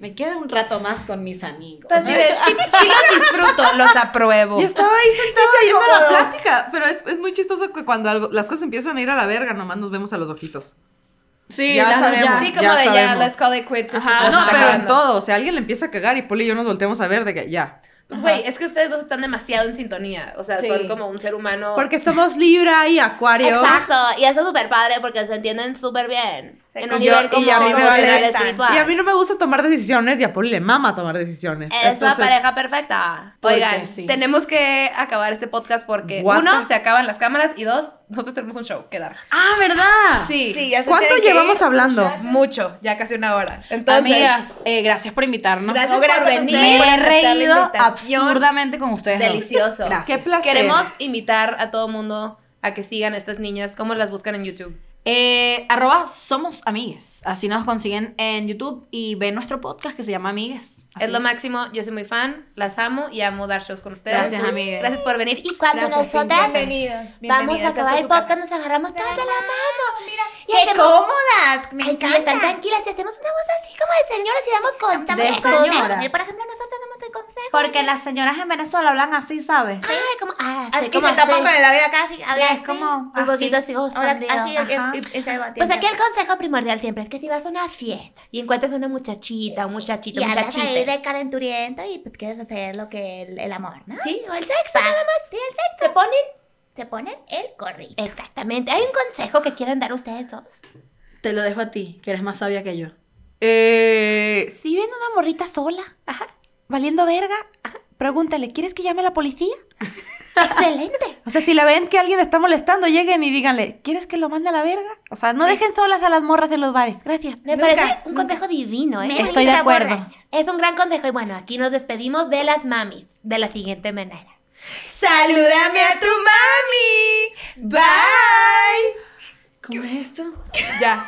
[SPEAKER 12] Me queda un rato más con mis amigos.
[SPEAKER 1] Así de, sí, sí los disfruto, los apruebo.
[SPEAKER 4] Y estaba ahí sentado oyendo la plática. Pero es, es muy chistoso que cuando algo- las cosas empiezan a ir a la verga, nomás nos vemos a los ojitos.
[SPEAKER 3] sí,
[SPEAKER 4] Ya
[SPEAKER 3] las dos ya.
[SPEAKER 4] sabemos.
[SPEAKER 1] Sí, como
[SPEAKER 4] Ya
[SPEAKER 1] de ya,
[SPEAKER 4] sabemos.
[SPEAKER 1] let's call it quits. esto
[SPEAKER 4] Ah,
[SPEAKER 1] se
[SPEAKER 4] no,
[SPEAKER 1] Este está
[SPEAKER 4] pero en
[SPEAKER 1] acabando.
[SPEAKER 4] todo. O sea, alguien le empieza a cagar y Poli y yo nos volteamos a ver de que ya.
[SPEAKER 1] Pues, güey, es que ustedes dos están demasiado en sintonía. O sea,
[SPEAKER 2] Sí.
[SPEAKER 1] son como un ser humano.
[SPEAKER 4] Porque somos Libra y Acuario.
[SPEAKER 1] Exacto, y eso es súper padre porque se entienden súper bien.
[SPEAKER 2] Se
[SPEAKER 1] En un
[SPEAKER 2] complementan.
[SPEAKER 1] nivel como
[SPEAKER 4] Y a mí me vale
[SPEAKER 1] emocional,
[SPEAKER 2] tan-
[SPEAKER 1] espiritual.
[SPEAKER 4] Y a mí no me gusta tomar decisiones y a Poli le mama tomar decisiones.
[SPEAKER 1] Es la
[SPEAKER 4] Entonces,
[SPEAKER 1] pareja perfecta.
[SPEAKER 4] Porque
[SPEAKER 1] Oigan,
[SPEAKER 4] sí.
[SPEAKER 1] tenemos que acabar este podcast porque
[SPEAKER 4] What
[SPEAKER 1] uno,
[SPEAKER 4] the-
[SPEAKER 1] se acaban las cámaras y dos, nosotros tenemos un show que dar.
[SPEAKER 3] Ah, ¿verdad?
[SPEAKER 1] Sí,
[SPEAKER 2] Sí, ya se
[SPEAKER 4] ¿Cuánto
[SPEAKER 2] tienen que
[SPEAKER 4] llevamos
[SPEAKER 2] ir,
[SPEAKER 4] hablando?
[SPEAKER 2] muchachos.
[SPEAKER 1] mucho, ya casi una hora. Entonces,
[SPEAKER 3] Amigas, eh, gracias por invitarnos.
[SPEAKER 1] Gracias
[SPEAKER 2] No, gracias
[SPEAKER 1] por
[SPEAKER 2] a ustedes
[SPEAKER 1] venir.
[SPEAKER 3] Me
[SPEAKER 2] por
[SPEAKER 3] he
[SPEAKER 2] aceptar la
[SPEAKER 3] reído
[SPEAKER 2] invitación.
[SPEAKER 3] absurdamente con ustedes. dos.
[SPEAKER 1] Delicioso.
[SPEAKER 3] Gracias.
[SPEAKER 4] Qué placer.
[SPEAKER 1] queremos invitar a todo mundo a que sigan a estas niñas, cómo las buscan en YouTube.
[SPEAKER 3] Eh, arroba somos amigues. Así nos consiguen en YouTube y ven nuestro podcast que se llama Amigues. Así
[SPEAKER 1] es lo máximo, yo soy muy fan, las amo y amo dar shows con ustedes.
[SPEAKER 3] Gracias, amigas.
[SPEAKER 1] Gracias por venir. Y
[SPEAKER 11] cuando
[SPEAKER 3] Gracias,
[SPEAKER 11] nosotras
[SPEAKER 2] Bienvenidos,
[SPEAKER 11] vamos a
[SPEAKER 2] bienvenidas
[SPEAKER 11] acabar
[SPEAKER 2] su
[SPEAKER 11] el
[SPEAKER 2] casa.
[SPEAKER 11] podcast, nos agarramos todas de la mano. Mira, y
[SPEAKER 2] ¡Qué
[SPEAKER 11] hacemos-
[SPEAKER 2] cómodas! Me
[SPEAKER 11] Ay, sí, están
[SPEAKER 2] encanta.
[SPEAKER 11] tranquilas y hacemos una voz así como de señoras y damos con damos
[SPEAKER 3] De
[SPEAKER 11] el consejo.
[SPEAKER 3] señora.
[SPEAKER 11] Por ejemplo, nosotros damos el consejo.
[SPEAKER 12] Porque las señoras en Venezuela hablan así, ¿sabes?
[SPEAKER 11] Ah, como, ah,
[SPEAKER 2] Y
[SPEAKER 11] sí,
[SPEAKER 2] se
[SPEAKER 11] como
[SPEAKER 2] tapan
[SPEAKER 11] así.
[SPEAKER 2] con el labio acá así. a
[SPEAKER 11] Sí,
[SPEAKER 2] ver,
[SPEAKER 11] es
[SPEAKER 2] así.
[SPEAKER 11] como
[SPEAKER 12] así.
[SPEAKER 11] un poquito así como
[SPEAKER 2] Ahora,
[SPEAKER 11] escondido.
[SPEAKER 2] así,
[SPEAKER 12] Ajá.
[SPEAKER 2] y- y- y se
[SPEAKER 11] Pues
[SPEAKER 2] batiendo.
[SPEAKER 11] aquí el consejo primordial siempre es que si vas a una fiesta
[SPEAKER 1] Y encuentras a una muchachita, un muchachito,
[SPEAKER 11] y andas ahí
[SPEAKER 1] muchachita.
[SPEAKER 11] de calenturiento y pues quieres hacer lo que el, el amor, ¿no?
[SPEAKER 1] Sí, o el sexo.
[SPEAKER 11] Pa- Sí, el sexo. Se ponen, se ponen el corrito.
[SPEAKER 1] Exactamente. ¿Hay un consejo que quieran dar ustedes dos?
[SPEAKER 3] Te lo dejo a ti, que eres más sabia que yo.
[SPEAKER 4] eh,
[SPEAKER 11] Si ven una morrita sola, valiendo verga, pregúntale, ¿quieres que llame a la policía?
[SPEAKER 1] Excelente.
[SPEAKER 4] o sea, si la ven que alguien está molestando, lleguen y díganle, ¿quieres que lo mande a la verga? O sea, no dejen solas a las morras de los bares. Gracias.
[SPEAKER 11] Me
[SPEAKER 2] Nunca,
[SPEAKER 11] parece un consejo divino, ¿eh?
[SPEAKER 3] Estoy de acuerdo.
[SPEAKER 1] Es un gran consejo y bueno, aquí nos despedimos de las mamis de la siguiente manera.
[SPEAKER 2] Salúdame a tu mami. Bye.
[SPEAKER 3] ¿Cómo es esto?
[SPEAKER 2] Ya.